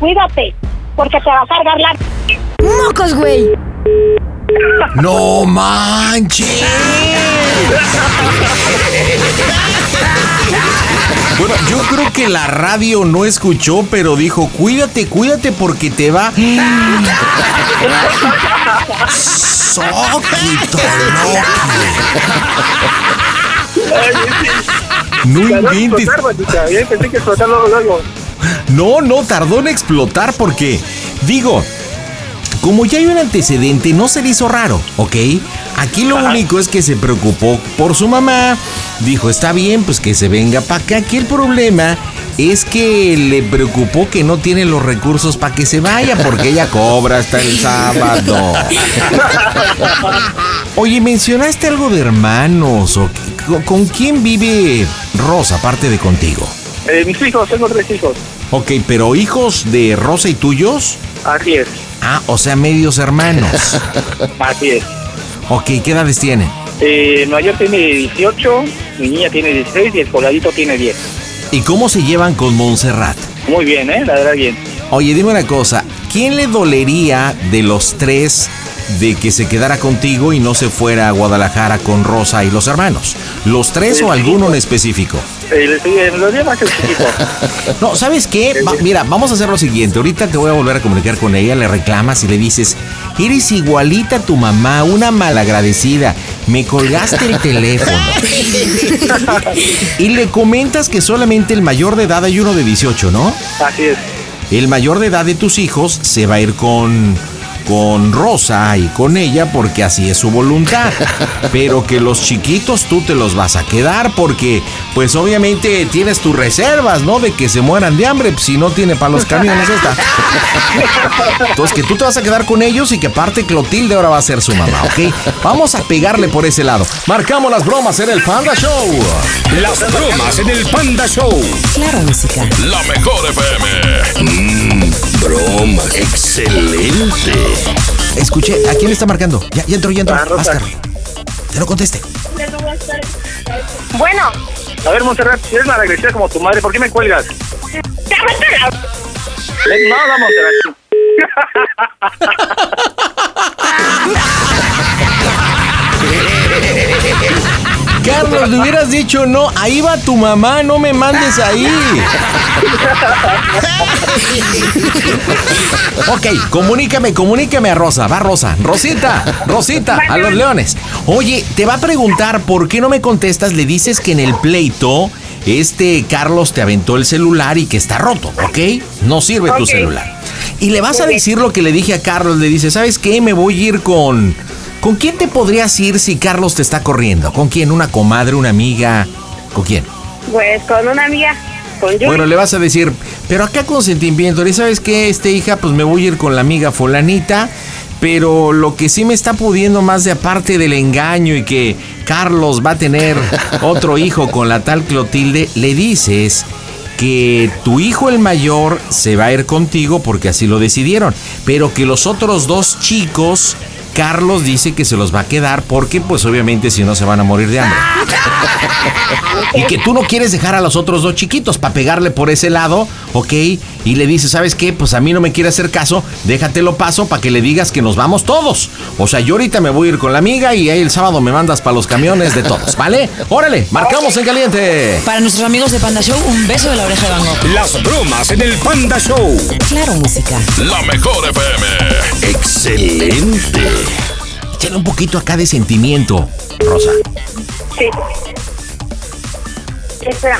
N: cuídate, porque te va a cargar la... ¡Mocos, güey!
B: ¡No manches! Bueno, yo creo que la radio no escuchó, pero dijo, cuídate, cuídate porque te va... Soquito, No inventes. No, no, tardó en explotar porque, digo, como ya hay un antecedente, no se le hizo raro, ¿ok? Aquí lo único es que se preocupó por su mamá. Dijo, está bien, pues que se venga para acá. Aquí el problema es que le preocupó que no tiene los recursos para que se vaya, porque ella cobra hasta el sábado. Oye, mencionaste algo de hermanos. ¿o qué? ¿Con- ¿Con quién vive Rosa, aparte de contigo?
L: Eh, mis hijos, tengo tres hijos.
B: Ok, pero hijos de Rosa y tuyos.
L: Así es.
B: Ah, o sea, medios hermanos.
L: *laughs* Así es.
B: Ok, ¿qué edades tienen?
L: Eh, mayor tiene 18, mi niña tiene 16 y el coladito tiene 10.
B: ¿Y cómo se llevan con Montserrat?
L: Muy bien, ¿eh? La verdad, bien.
B: Oye, dime una cosa, ¿quién le dolería de los tres de que se quedara contigo y no se fuera a Guadalajara con Rosa y los hermanos? ¿Los tres
L: Pues,
B: o alguno en específico?
G: Eh,
L: El, el, lo lleva que el chiquito.
B: *laughs* No, ¿sabes qué? Va- mira, vamos a hacer lo siguiente. Ahorita te voy a volver a comunicar con ella, le reclamas y le dices, eres igualita a tu mamá, una malagradecida. Me colgaste el teléfono. Y le comentas que solamente el mayor de edad hay uno de 18, ¿no?
L: Así es.
B: El mayor de edad de tus hijos se va a ir con con Rosa y con ella porque así es su
L: *laughs*
B: voluntad. Pero que los chiquitos tú te los vas a quedar porque pues obviamente tienes tus reservas, ¿no? De que se mueran de hambre si no tiene para los camiones
L: *laughs*
B: esta. Entonces que tú te vas a quedar con ellos y que aparte Clotilde ahora va a ser su mamá, ¿ok? Vamos a pegarle por ese lado. Marcamos las bromas en el Panda Show.
E: Las bromas en el Panda Show.
A: Claro, música.
E: La mejor FM. Mm, broma. Excelente.
B: Escuché, ¿a quién le está marcando? Ya, ya entró, ya entró. Vas, Carlos. Te lo conteste.
J: Bueno,
L: A ver, Montserrat, si eres malagradecida como tu madre, ¿por qué me cuelgas? Eh, No, no, Montserrat.
B: Carlos, le hubieras dicho no, ahí va tu mamá, no me mandes *laughs* ahí. Ok, comunícame, comunícame a Rosa, va Rosa, Rosita, Rosita, a los leones. Oye, te va a preguntar por qué no me contestas, le dices que en el pleito este Carlos te aventó el celular y que está roto, ¿ok? No sirve tu
L: Ok.
B: celular. Y le vas a decir lo que le dije a Carlos, le dices, ¿sabes qué? Me voy a ir con... ¿Con quién te podrías ir si Carlos te está corriendo? ¿Con quién? ¿Una comadre, una amiga? ¿Con quién?
J: pues con una amiga, con Yuri.
B: Bueno, le vas a decir, pero acá consentimiento, ¿y sabes qué? Este hija, pues me voy a ir con la amiga fulanita, pero lo que sí me está pudiendo más de aparte del engaño y que Carlos va a tener otro hijo con la tal Clotilde, le dices que tu hijo el mayor se va a ir contigo porque así lo decidieron, pero que los otros dos chicos, Carlos dice que se los va a quedar porque pues obviamente si no se van a morir de hambre. Y que tú no quieres dejar a los otros dos chiquitos para pegarle por ese lado, ¿ok? Y le dices, ¿sabes qué? Pues a mí no me quiere hacer caso, déjatelo paso para que le digas que nos vamos todos. O sea, yo ahorita me voy a ir con la amiga y ahí el sábado me mandas para los camiones de todos, ¿vale? Órale, marcamos en caliente.
A: Para nuestros amigos de Panda Show, un beso de la oreja de Van Gogh.
E: Las bromas en el Panda Show.
A: Claro, música.
E: La mejor FM. Excelente.
B: Échale un poquito acá de sentimiento, Rosa.
J: Sí. Espera.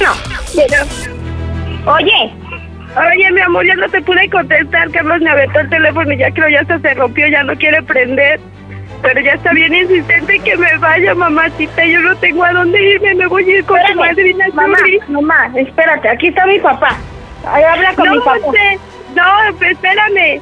J: No. Pero- Oye. Oye, mi amor, ya no te pude contestar. Carlos me aventó el teléfono y ya creo ya hasta se rompió, ya no quiere prender. Pero ya está bien insistente que me vaya, mamacita. Yo no tengo a dónde irme, me voy a ir con tu madrina. Mamá, mamá, espérate, aquí está mi papá. Ahí habla
N: con mi papá.
C: este,
J: no, espérame.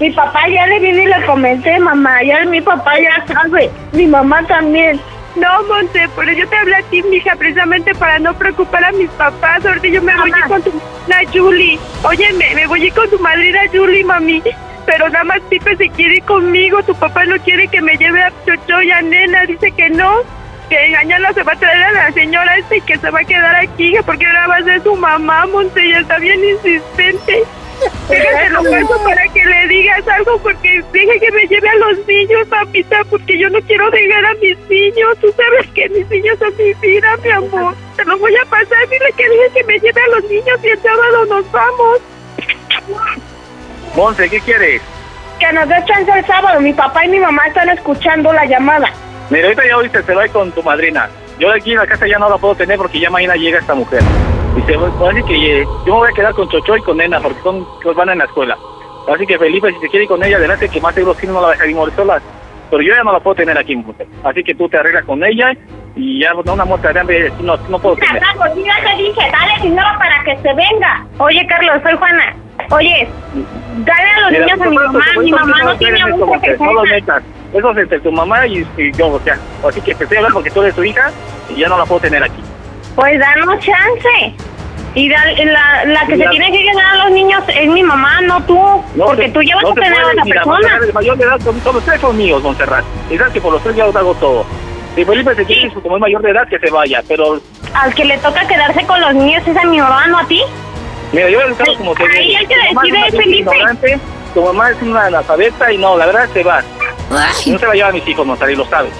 J: Mi papá ya le vine y le comenté, mamá. Ya mi papá ya sabe. Mi mamá también.
C: No, Monte, pero yo te hablé a ti, mija, precisamente para no preocupar a mis papás. Ahorita yo me voy a ir con tu madrina Julie. Oye, me, me voy a ir con tu madrina Julie, mami. Pero nada más Pipe se quiere ir conmigo. Tu papá no quiere que me lleve a Chocho y a Nena. Dice que no, que engañarla se va a traer a la señora esta y que se va a quedar aquí, porque ahora va a ser su mamá, Monte. Y está bien insistente. Déjate lo paso para que le digas algo, porque deja que me lleve a los niños, papita, porque yo no quiero dejar a mis niños. Tú sabes que mis niños son mi vida, mi amor. Te lo voy a pasar, dile que deje que me lleve a los niños y el sábado nos vamos.
L: Monse, ¿qué quieres?
J: Que nos dé chance el sábado. Mi papá y mi mamá están escuchando la llamada.
L: Mira, ahorita ya oíste, se va a ir con tu madrina. Yo de aquí en la casa ya no la puedo tener porque ya mañana llega esta mujer. Y se va, así que eh, yo me voy a quedar con Chocho y con Nena porque son, los van en la escuela. Así que Felipe, si se quiere ir con ella, adelante, que más seguro sí no la va a dejar ir morir sola. Pero yo ya no la puedo tener aquí, mujer. Así que tú te arreglas con ella y ya pues, no una muerta de hambre eh, no, no puedo tener.
J: Carlos, mira, te dije, dale dinero para que se venga. Oye, Carlos, soy Juana. Oye, dale a los
L: Mira,
J: niños a
L: tú
J: mi mamá. Mi
L: sabes que ahorita
J: mamá
L: no
J: no tiene
L: tienes
J: a
L: esto,
J: mucho que
L: mujer, No lo metas. Eso es entre tu mamá y, y yo, o sea. pues, Así que te estoy hablando porque tú eres su hija y ya no la puedo tener aquí.
J: Pues danos chance.
N: Y da- la, la que
L: Y
N: se
L: la-
N: tiene que quedar a los niños es mi mamá, no tú.
L: No
N: porque
L: te-
N: tú llevas
L: no
N: a
L: te
N: tener a
L: puedes,
N: la
L: mira,
N: persona.
L: Montserrat, de mayor de edad, son, son los tres son míos, Montserrat. Y sabes que por los tres ya los hago todo. Si Felipe se quiere, como es mayor de edad, que se vaya. Pero,
N: Al que le toca quedarse con los niños es a mi mamá, no a ti.
L: mira, yo he educado como te
N: Ahí el que
L: Tu mamá es
N: decide
L: una
N: es
L: vieja
N: Felipe.
L: ignorante, Tu mamá es una analfabeta y no, la verdad se va. No se va a llevar a mis hijos, Montserrat, y lo sabes.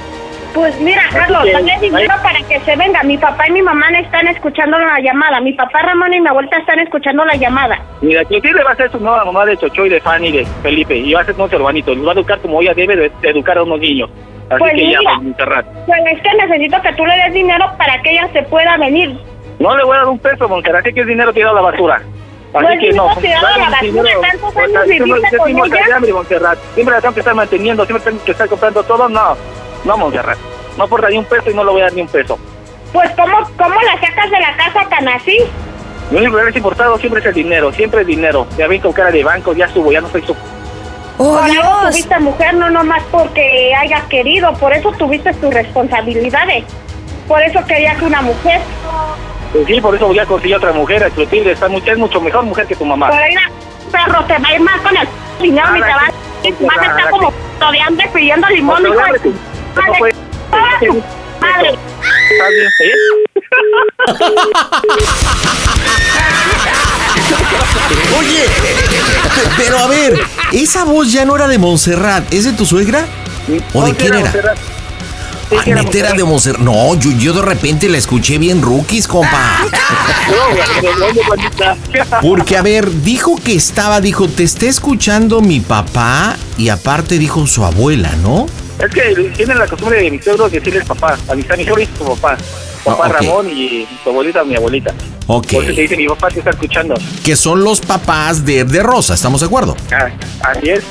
N: Pues mira,
L: Así
N: Carlos,
L: que,
N: dale dinero para que se venga. Mi papá y mi mamá no están escuchando la llamada. Mi papá Ramón y mi abuelita están escuchando la llamada.
L: Mira, quien sí le va a hacer su nueva mamá de Chocho y de Fanny y de Felipe. Y va a ser un servanito. Los va a educar como ella debe de, de educar a unos niños. Así
N: Pues
L: que ya,
N: mira.
L: pues, Montserrat.
N: Pues es que necesito que tú le des dinero para que ella se pueda venir.
L: No le voy a dar un peso, Montserrat. Así que es dinero tirado a la basura. Así
N: Pues
L: que
N: dinero
L: no.
N: tirado a la
L: dale Pues,
N: basura, tantos años
L: Montserrat, siempre-
N: viviste
L: siempre
N: con
L: muerta de
N: ella.
L: hambre, Montserrat. Siempre la tengo que estar manteniendo. Siempre tengo que estar comprando todo. No, no, Montserrat. No aporta ni un peso y no le voy a dar ni un peso.
N: Pues ¿cómo, cómo la sacas de la casa tan así?
L: Lo único que me ha importado siempre es el dinero. Siempre el dinero. Ya ven con cara de banco. Ya subo. Ya no soy su
N: por algo tuviste mujer, no nomás porque hayas querido. Por eso tuviste tus responsabilidades. Por eso querías una mujer.
L: Pues sí, por eso voy a conseguir otra mujer, a Clotilde, está mucho, es mucho mejor mujer que tu mamá.
N: Pero mira, perro, te va a ir más con el dinero
L: Ah,
N: ni te va a... Vas a estar como puto de hambre pidiendo limón, hijo de tu madre. Toda tu madre.
L: ¿Estás bien? ¿Sí?
B: Oye, pero a ver, esa voz ya no era de Montserrat, ¿es de tu suegra? ¿O de
L: No,
B: quién era?
L: Montserrat. Sí,
B: Ah,
L: sí era
B: neta era
L: Montserrat.
B: de Montserrat. No, yo, yo de repente la escuché bien rookies, compa.
L: No, güey, pero bueno, bonita.
B: *laughs* Porque, a ver, dijo que estaba, dijo, te está escuchando mi papá y aparte dijo su abuela, ¿no?
L: Es que tienen la costumbre de mis suegros decirles papá. A mis, a mis suegros es su papá. Papá
B: Ah, ok.
L: Ramón y tu abuelita, mi abuelita.
B: Ok.
L: Porque te dice mi papá te está escuchando.
B: Que son los papás de, de Rosa, ¿estamos de acuerdo?
L: Ah, así es.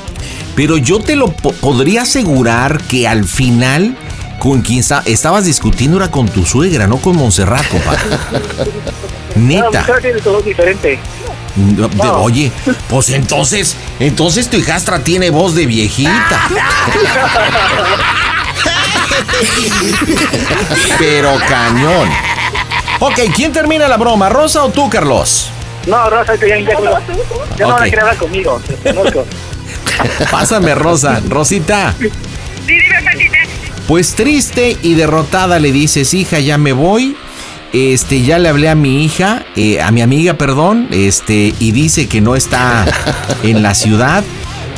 B: Pero yo te lo po- podría asegurar que al final con quien esta- estabas discutiendo era con tu suegra, no con Montserrat,
L: *laughs*
B: compa.
L: No,
B: Neta.
L: Montserrat tiene todo diferente.
B: *laughs* No, de- Oye, pues entonces, entonces tu hijastra tiene voz de viejita.
J: *laughs*
B: Pero cañón. Ok, ¿quién termina la broma? ¿Rosa o tú, Carlos?
L: No, Rosa, ya, ya, ya no van a
B: Ok.
L: querer hablar conmigo. te conozco.
B: Pásame, Rosa. Rosita. Pues triste y derrotada le dices, hija, ya me voy. Este, ya le hablé a mi hija, eh, a mi amiga, perdón, este, y dice que no está en la ciudad.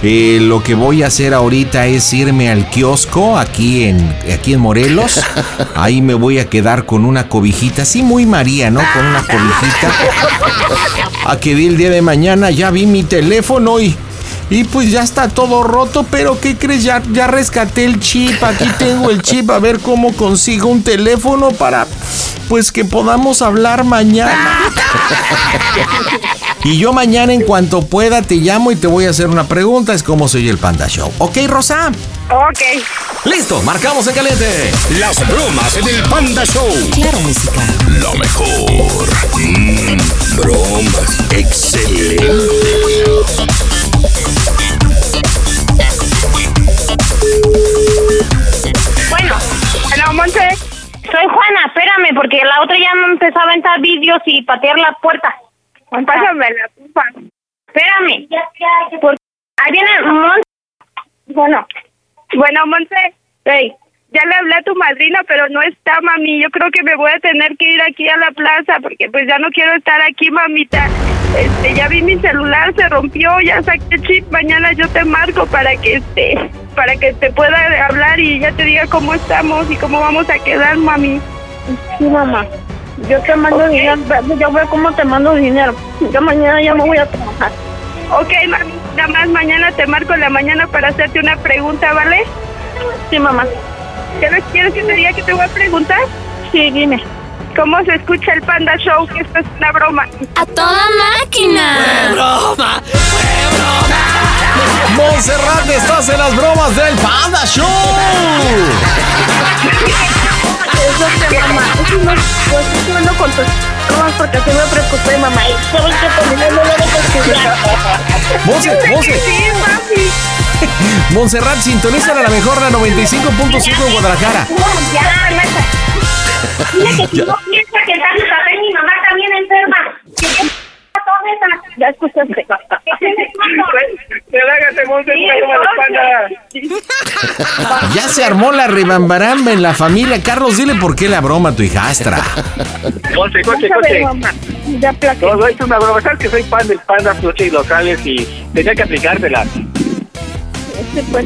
B: Eh, lo que voy a hacer ahorita es irme al kiosco aquí en, aquí en Morelos. Ahí me voy a quedar con una cobijita, sí, muy María, ¿no? Con una cobijita. A que vi el día de mañana, ya vi mi teléfono y. Y pues ya está todo roto, pero ¿qué crees? Ya, ya rescaté el chip, aquí tengo el chip, a ver cómo consigo un teléfono para pues que podamos hablar mañana. Y yo mañana en cuanto pueda te llamo y te voy a hacer una pregunta, es cómo soy el Panda Show. ¿Ok, Rosa?
N: Ok.
B: Listo, marcamos en caliente.
E: Las bromas en el Panda Show.
A: Claro, música.
E: Lo mejor. Mm, bromas. Excelente.
N: Bueno, bueno, Monte, soy Juana, espérame, porque la otra ya me empezó a aventar vídeos y patear la puerta. Pásame la culpa. Espérame. Por- Ahí viene Monte. Bueno.
J: Bueno, Monse, hey, ya le hablé a tu madrina, pero no está, mami. Yo creo que me voy a tener que ir aquí a la plaza porque pues ya no quiero estar aquí, mamita. Este, ya vi mi celular, se rompió, ya saqué el chip. Mañana yo te marco para que este, para que te pueda hablar y ya te diga cómo estamos y cómo vamos a quedar, mami.
N: Sí, mamá. Yo te mando dinero. Yo veo cómo te mando dinero. Yo mañana ya me voy a trabajar.
J: Ok, mami, nada más mañana te marco en la mañana para hacerte una pregunta, ¿vale? Sí, mamá. ¿Quieres que te diga que te voy a preguntar? Sí, dime. ¿Cómo se escucha el Panda Show? Que esto es una broma. ¡A toda máquina!
I: broma!
B: Monserrat, estás en las bromas del Panda Show.
J: Eso te mamá. Eso no, pues estoy hablando con tus bromas porque así me preocupé, mamá. Y sabes que también no lo voy a escuchar.
B: Monse,
J: Yo sé que
B: Monse.
J: Sí, mami.
B: Montserrat, sintonizan a la mejor la 95.5 en Guadalajara.
N: Ya, Nata. Dile que si
B: Ya.
N: no piensa que está su papel, mi mamá también enferma.
J: Ya escuchaste.
G: Relájate, Monse,
J: Sí,
G: porque no me la
B: Ya se armó la ribambaramba en la familia. Carlos, dile por qué la broma a tu hijastra.
L: Coche, coche,
G: Vamos a ver,
L: coche.
G: mamá.
L: Todo esto es una broma. Sabes que soy fan del Panda Floche y locales y tenía que aplicártela.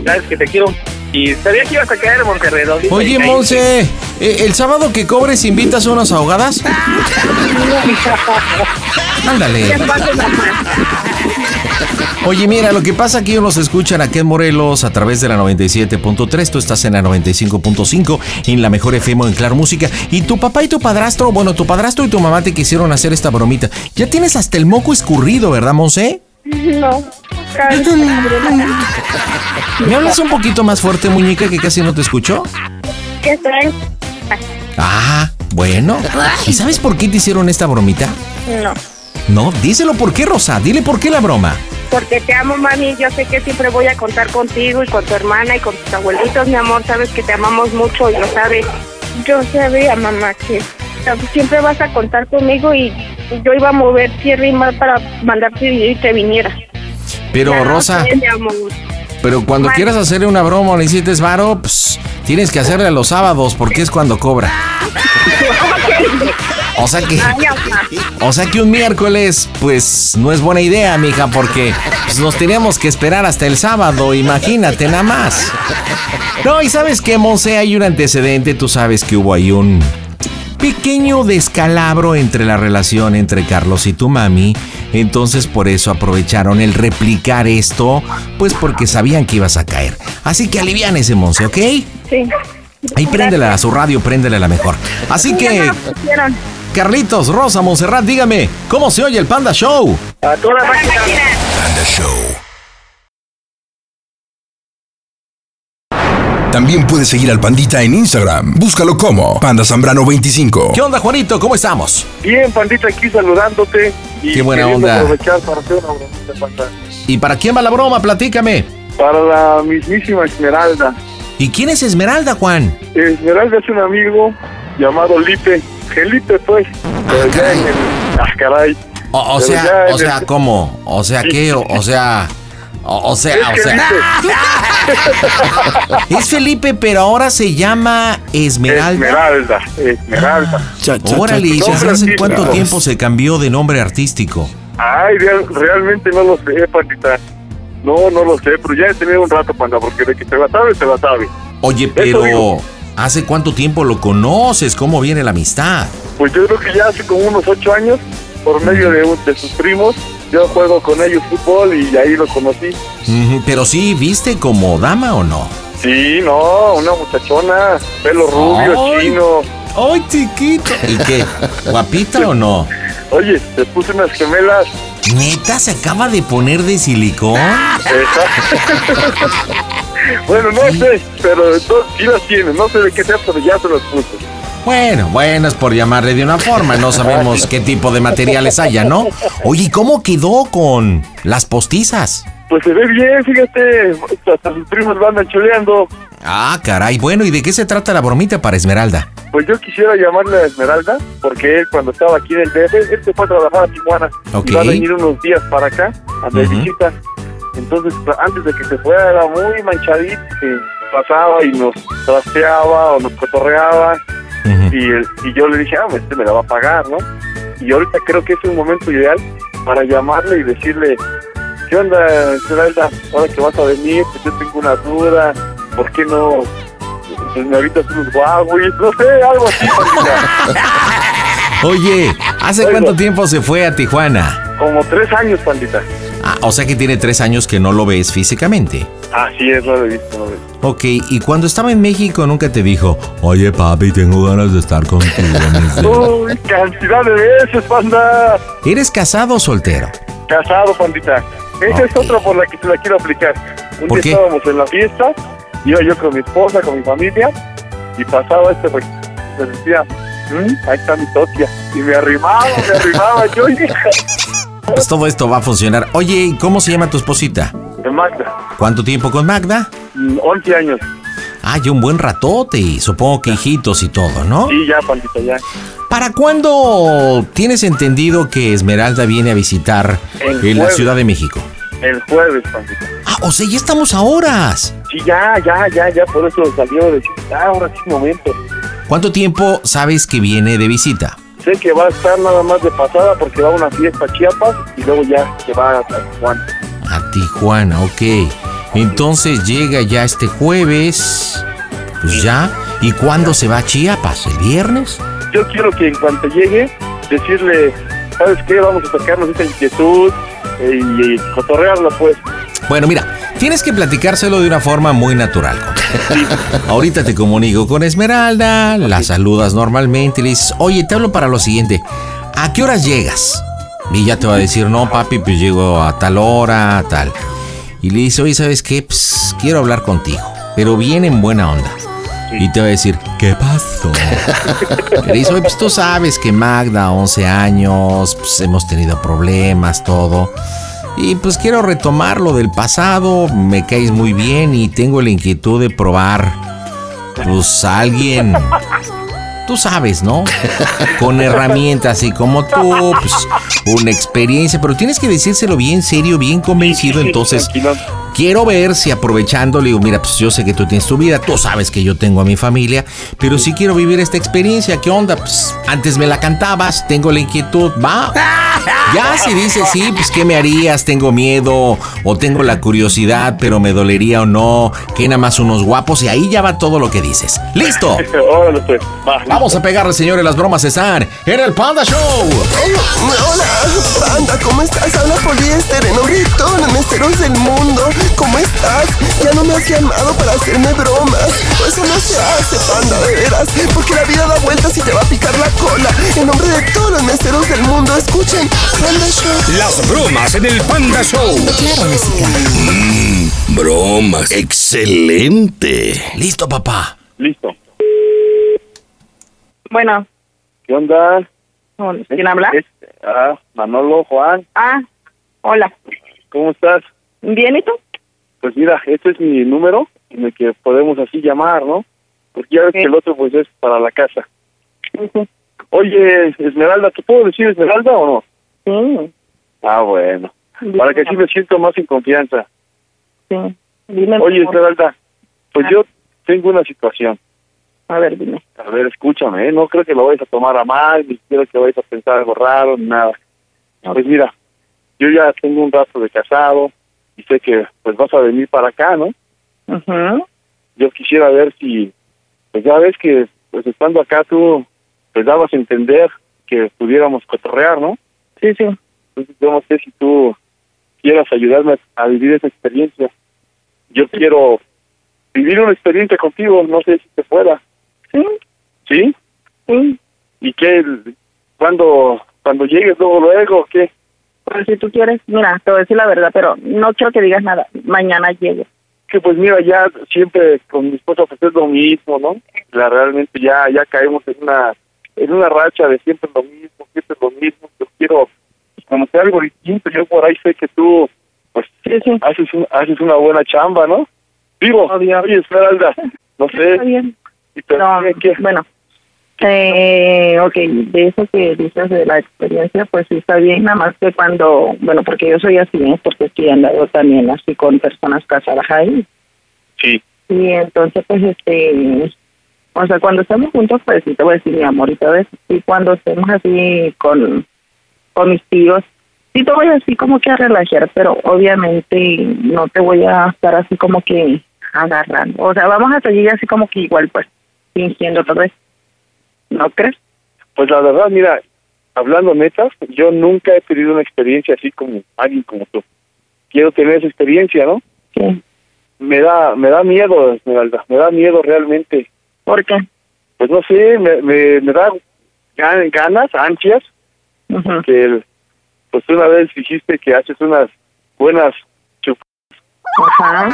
L: Sabes que te quiero. Y sabía que ibas a caer, Monterrey.
B: Oye, *laughs* Monse, ¿eh, ¿el sábado que cobres invitas unas ahogadas? Ándale. Oye, mira, lo que pasa aquí nos escuchan aquí en Morelos a través de la 97.3, tú estás en la 95.5, en la mejor FM o en Claro Música, y tu papá y tu padrastro, bueno, tu padrastro y tu mamá te quisieron hacer esta bromita. Ya tienes hasta el moco escurrido, ¿verdad, Monse?
J: No.
B: ¿Me hablas un poquito más fuerte, muñeca, que casi no te escucho?
J: ¿Qué traen?
B: Ah, bueno. ¿Y sabes por qué te hicieron esta bromita?
J: No.
B: No, díselo por qué, Rosa, dile por qué la broma.
J: Porque te amo, mami. Yo sé que siempre voy a contar contigo y con tu hermana y con tus abuelitos, mi amor. Sabes que te amamos mucho y lo sabes. Yo sabía, mamá, que siempre vas a contar conmigo y yo iba a mover tierra y mar para mandarte dinero y te viniera.
B: Pero,
J: Ya,
B: Rosa,
J: sí, mi amor.
B: pero cuando
J: Vale.
B: quieras hacerle una broma o le hiciste varo, pues, tienes que hacerle a los sábados porque es cuando cobra. O sea que,
J: Ay, mamá.
B: o sea que un miércoles, pues no es buena idea, mija, porque pues, nos teníamos que esperar hasta el sábado, imagínate nada más. No, y sabes que, Monse, hay un antecedente, tú sabes que hubo ahí un pequeño descalabro entre la relación entre Carlos y tu mami, entonces por eso aprovecharon el replicar esto, pues porque sabían que ibas a caer. Así que alivian ese Monse, ¿ok?
J: Sí.
B: Ahí préndela a su radio, préndela a la mejor. Así que, Carlitos, Rosa, Monserrat, dígame, ¿cómo se oye el Panda Show?
L: A toda máquina.
E: Panda Show.
F: También puedes seguir al Pandita en Instagram. Búscalo como Panda Zambrano 25.
B: ¿Qué onda, Juanito? ¿Cómo estamos?
G: Bien, Pandita, aquí saludándote. y
B: Qué buena
G: queriendo
B: onda.
G: aprovechar para hacer una bromita, Panda.
B: ¿Y para quién va la broma? Platícame.
G: Para la mismísima Esmeralda.
B: ¿Y quién es Esmeralda, Juan?
G: Esmeralda es un amigo llamado Lipe. Gelipe, pues. Pero ya en el... Ah, caray.
B: O, o
G: Pero
B: sea,
G: ya en este-
B: o sea,
G: el-
B: ¿cómo? O sea, ¿qué? O, o sea, o, o sea, o
G: Es
B: sea. *laughs* Es Felipe, pero ahora se llama Esmeralda. Ah,
G: Esmeralda, Esmeralda.
B: Órale, ¿y
G: Nombre
B: desde hace
G: artístico.
B: cuánto tiempo se cambió de nombre artístico?
G: Ay, real- realmente no lo sé, Pandita. No, no lo sé, pero ya he tenido un rato, Panda, porque de que se la sabe, se la sabe.
B: Oye, pero
G: digo.
B: ¿hace cuánto tiempo lo conoces? ¿Cómo viene la amistad?
G: Pues yo creo que ya hace como unos ocho años, por medio de, un- de sus primos, yo juego con ellos fútbol y ahí lo conocí.
B: Ujú, Pero sí, ¿viste como dama o no?
G: Sí, no, una muchachona, pelo rubio,
B: Ay.
G: chino.
B: ¡Ay, chiquito! ¿Y qué? ¿Guapita o no?
G: Oye, te puse unas gemelas.
B: ¿Neta se acaba de poner de silicón?
G: Esa. *laughs* bueno, no sé, pero entonces sí las tiene, no sé de qué sea, pero ya se las puse.
B: Bueno, bueno, es por llamarle de una forma. No sabemos qué tipo de materiales haya, ¿no? Oye, ¿y cómo quedó con las postizas?
G: Pues se ve bien, fíjate, hasta sus primos van ancholeando.
B: Ah, caray. Bueno, ¿y de qué se trata la bromita para Esmeralda?
G: Pues yo quisiera llamarle a Esmeralda, porque él cuando estaba aquí en el DF, él se fue a trabajar a Tijuana.
B: Ok.
G: Y va a venir unos días para acá, a de
B: Ujú.
G: visita. Entonces, antes de que se fuera, era muy manchadito, que pasaba y nos trasteaba o nos cotorreaba. y, el- y yo le dije, ah, pues, este me la va a pagar, ¿no? Y ahorita creo que es un momento ideal para llamarle y decirle, ¿qué onda, Esmeralda? Ahora que vas a venir, pues yo tengo una duda, ¿por qué no pues, me habitas unos Huawei? *laughs* No sé, algo así, pandita.
B: Oye, ¿hace
G: Oigo.
B: cuánto tiempo se fue a Tijuana?
G: Como tres años, pandita.
B: Ah, o sea que tiene tres años que no lo ves físicamente.
G: Así es, no lo he visto, no lo he visto.
B: Ok, y cuando estaba en México nunca te dijo, oye papi, tengo ganas de estar
G: *laughs*
B: contigo. mi cielo".
G: ¡Uy, cantidad de veces, panda!
B: ¿Eres casado o soltero?
G: Casado, pandita. Esa es otra por la que se la quiero aplicar. Un
B: ¿Por
G: día
B: qué?
G: estábamos en la fiesta, iba yo con mi esposa, con mi familia, y pasaba este güey. Me decía, "Mm, ahí está mi socia. Y me arrimaba, me arrimaba
B: *laughs*
G: yo, hija.
B: Pues todo esto va a funcionar. Oye, ¿y cómo se llama tu esposita?
G: De Magda,
B: ¿Cuánto tiempo con Magda?
G: mm, 11 años.
B: Ah, ya un buen ratote y supongo que hijitos y todo, ¿no?
G: Sí, ya, pandita, ya.
B: ¿Para cuándo tienes entendido que Esmeralda viene a visitar
G: El
B: en la
G: jueves.
B: Ciudad de México?
G: El jueves, Pancita.
B: Ah, o sea, ya estamos a horas.
G: Sí, ya, ya, ya, ya, por eso salió de ah, ahora sí momento.
B: ¿Cuánto tiempo sabes que viene de visita?
G: Sé que va a estar nada más de pasada porque va a una fiesta a Chiapas y luego ya se va a San Juan.
B: A Tijuana, ok. Entonces llega ya este jueves. Pues ya. ¿Y cuándo se va a Chiapas? ¿El viernes?
G: Yo quiero que en cuanto llegue, decirle, ¿sabes qué? Vamos a sacarnos esta inquietud eh, y, y cotorrearla, pues.
B: Bueno, mira, tienes que platicárselo de una forma muy natural. compadre. Ahorita te comunico con Esmeralda, la saludas normalmente y le dices, oye, te hablo para lo siguiente, ¿a qué horas llegas? Y ya te va a decir, no, papi, pues llego a tal hora, a tal. Y le dice, oye, ¿sabes qué? Pues, quiero hablar contigo, pero bien en buena onda. Y te va a decir, ¿qué pasó? Le dice, oye, pues tú sabes que Magda, 11 años, pues hemos tenido problemas, todo. Y pues quiero retomar lo del pasado, me caes muy bien y tengo la inquietud de probar, pues a alguien, tú sabes, ¿no? Con herramientas y como tú, pues una experiencia, pero tienes que decírselo bien serio, bien convencido, entonces quiero ver si aprovechando, le digo, mira, pues yo sé que tú tienes tu vida, tú sabes que yo tengo a mi familia, pero sí quiero vivir esta experiencia, ¿qué onda? Pues antes me la cantabas, tengo la inquietud, va. Ya si dices sí, pues ¿qué me harías? Tengo miedo o tengo la curiosidad, pero me dolería o no, que nada más unos guapos y ahí ya va todo lo que dices. ¡Listo!
G: *laughs* Órale, pues, va.
B: Vamos a pegarle, señores, las bromas están en el Panda Show.
O: Hola, panda, ¿cómo estás? Habla poliéster en grito, los meseros del mundo. ¿Cómo estás? Ya no me has llamado para hacerme bromas. Eso no se hace, panda, de veras. Porque la vida da vueltas y te va a picar la cola. En nombre de todos los meseros del mundo, escuchen. Panda Show.
E: Las bromas en el Panda Show. Mm, bromas. Excelente.
B: Listo, papá.
G: Listo.
P: Bueno,
G: ¿Qué onda?
P: ¿quién habla?
G: Este, ah, Manolo, Juan,
P: Ah, hola.
G: ¿cómo estás?
P: ¿Bien y tú?
G: Pues mira, este es mi número en el que podemos así llamar, ¿no? Porque ya ves que el otro pues es para la casa. Oye, Esmeralda, ¿te puedo decir Esmeralda o
P: no? Sí,
G: Ah, bueno. Para que así me siento más en confianza.
P: sí. Dime.
G: Oye,
P: por favor.
G: Esmeralda, pues yo tengo una situación.
P: A ver, dime.
G: A ver, escúchame, ¿eh? no creo que lo vayas a tomar a mal, ni quiero que vayas a pensar algo raro, ni nada. Pues mira, yo ya tengo un rato de casado y sé que pues vas a venir para acá, ¿no?
P: Ujú.
G: Yo quisiera ver si, pues ya ves que pues estando acá tú, pues dabas a entender que pudiéramos cotorrear, ¿no?
P: Sí, sí.
G: Entonces yo no sé si tú quieras ayudarme a vivir esa experiencia. Yo quiero vivir una experiencia contigo, no sé si te pueda.
P: Sí,
G: ¿Sí?
P: sí.
G: ¿Y qué? ¿Cuándo, cuando llegues luego, luego, o qué?
P: Pues si tú quieres, mira, te voy a decir la verdad, pero no quiero que digas nada. Mañana llego.
G: Que pues mira, ya siempre con mi esposa pues es lo mismo, ¿no? La, realmente ya ya caemos en una en una racha de siempre lo mismo, siempre lo mismo. Yo quiero pues, conocer algo distinto. Yo por ahí sé que tú pues haces un- haces una buena chamba, ¿no? Digo, oye, Esmeralda, no sé.
P: Está bien.
G: y te-
P: No,
G: ¿qué?
P: bueno. Eh, ok, de eso que dices de la experiencia, pues sí está bien, nada más que cuando, bueno, porque yo soy así, ¿eh? porque estoy andando también así con personas casadas ahí.
G: Sí.
P: Y entonces, pues, este, o sea, cuando estamos juntos, pues sí te voy a decir mi amor y todo eso. Y cuando estemos así con, con mis tíos, sí te voy así como que a relajar, pero obviamente no te voy a estar así como que agarrando. O sea, vamos a seguir así como que igual, pues, fingiendo otra vez. ¿No crees?
G: Pues la verdad, mira, hablando netas, yo nunca he tenido una experiencia así como alguien como tú. Quiero tener esa experiencia, ¿no?
P: Sí.
G: Me da, me da miedo, Esmeralda, me da miedo realmente.
P: ¿Por qué?
G: Pues no sé, me, me, me da gan- ganas, ansias, que el- pues una vez dijiste que haces unas buenas chup... Pues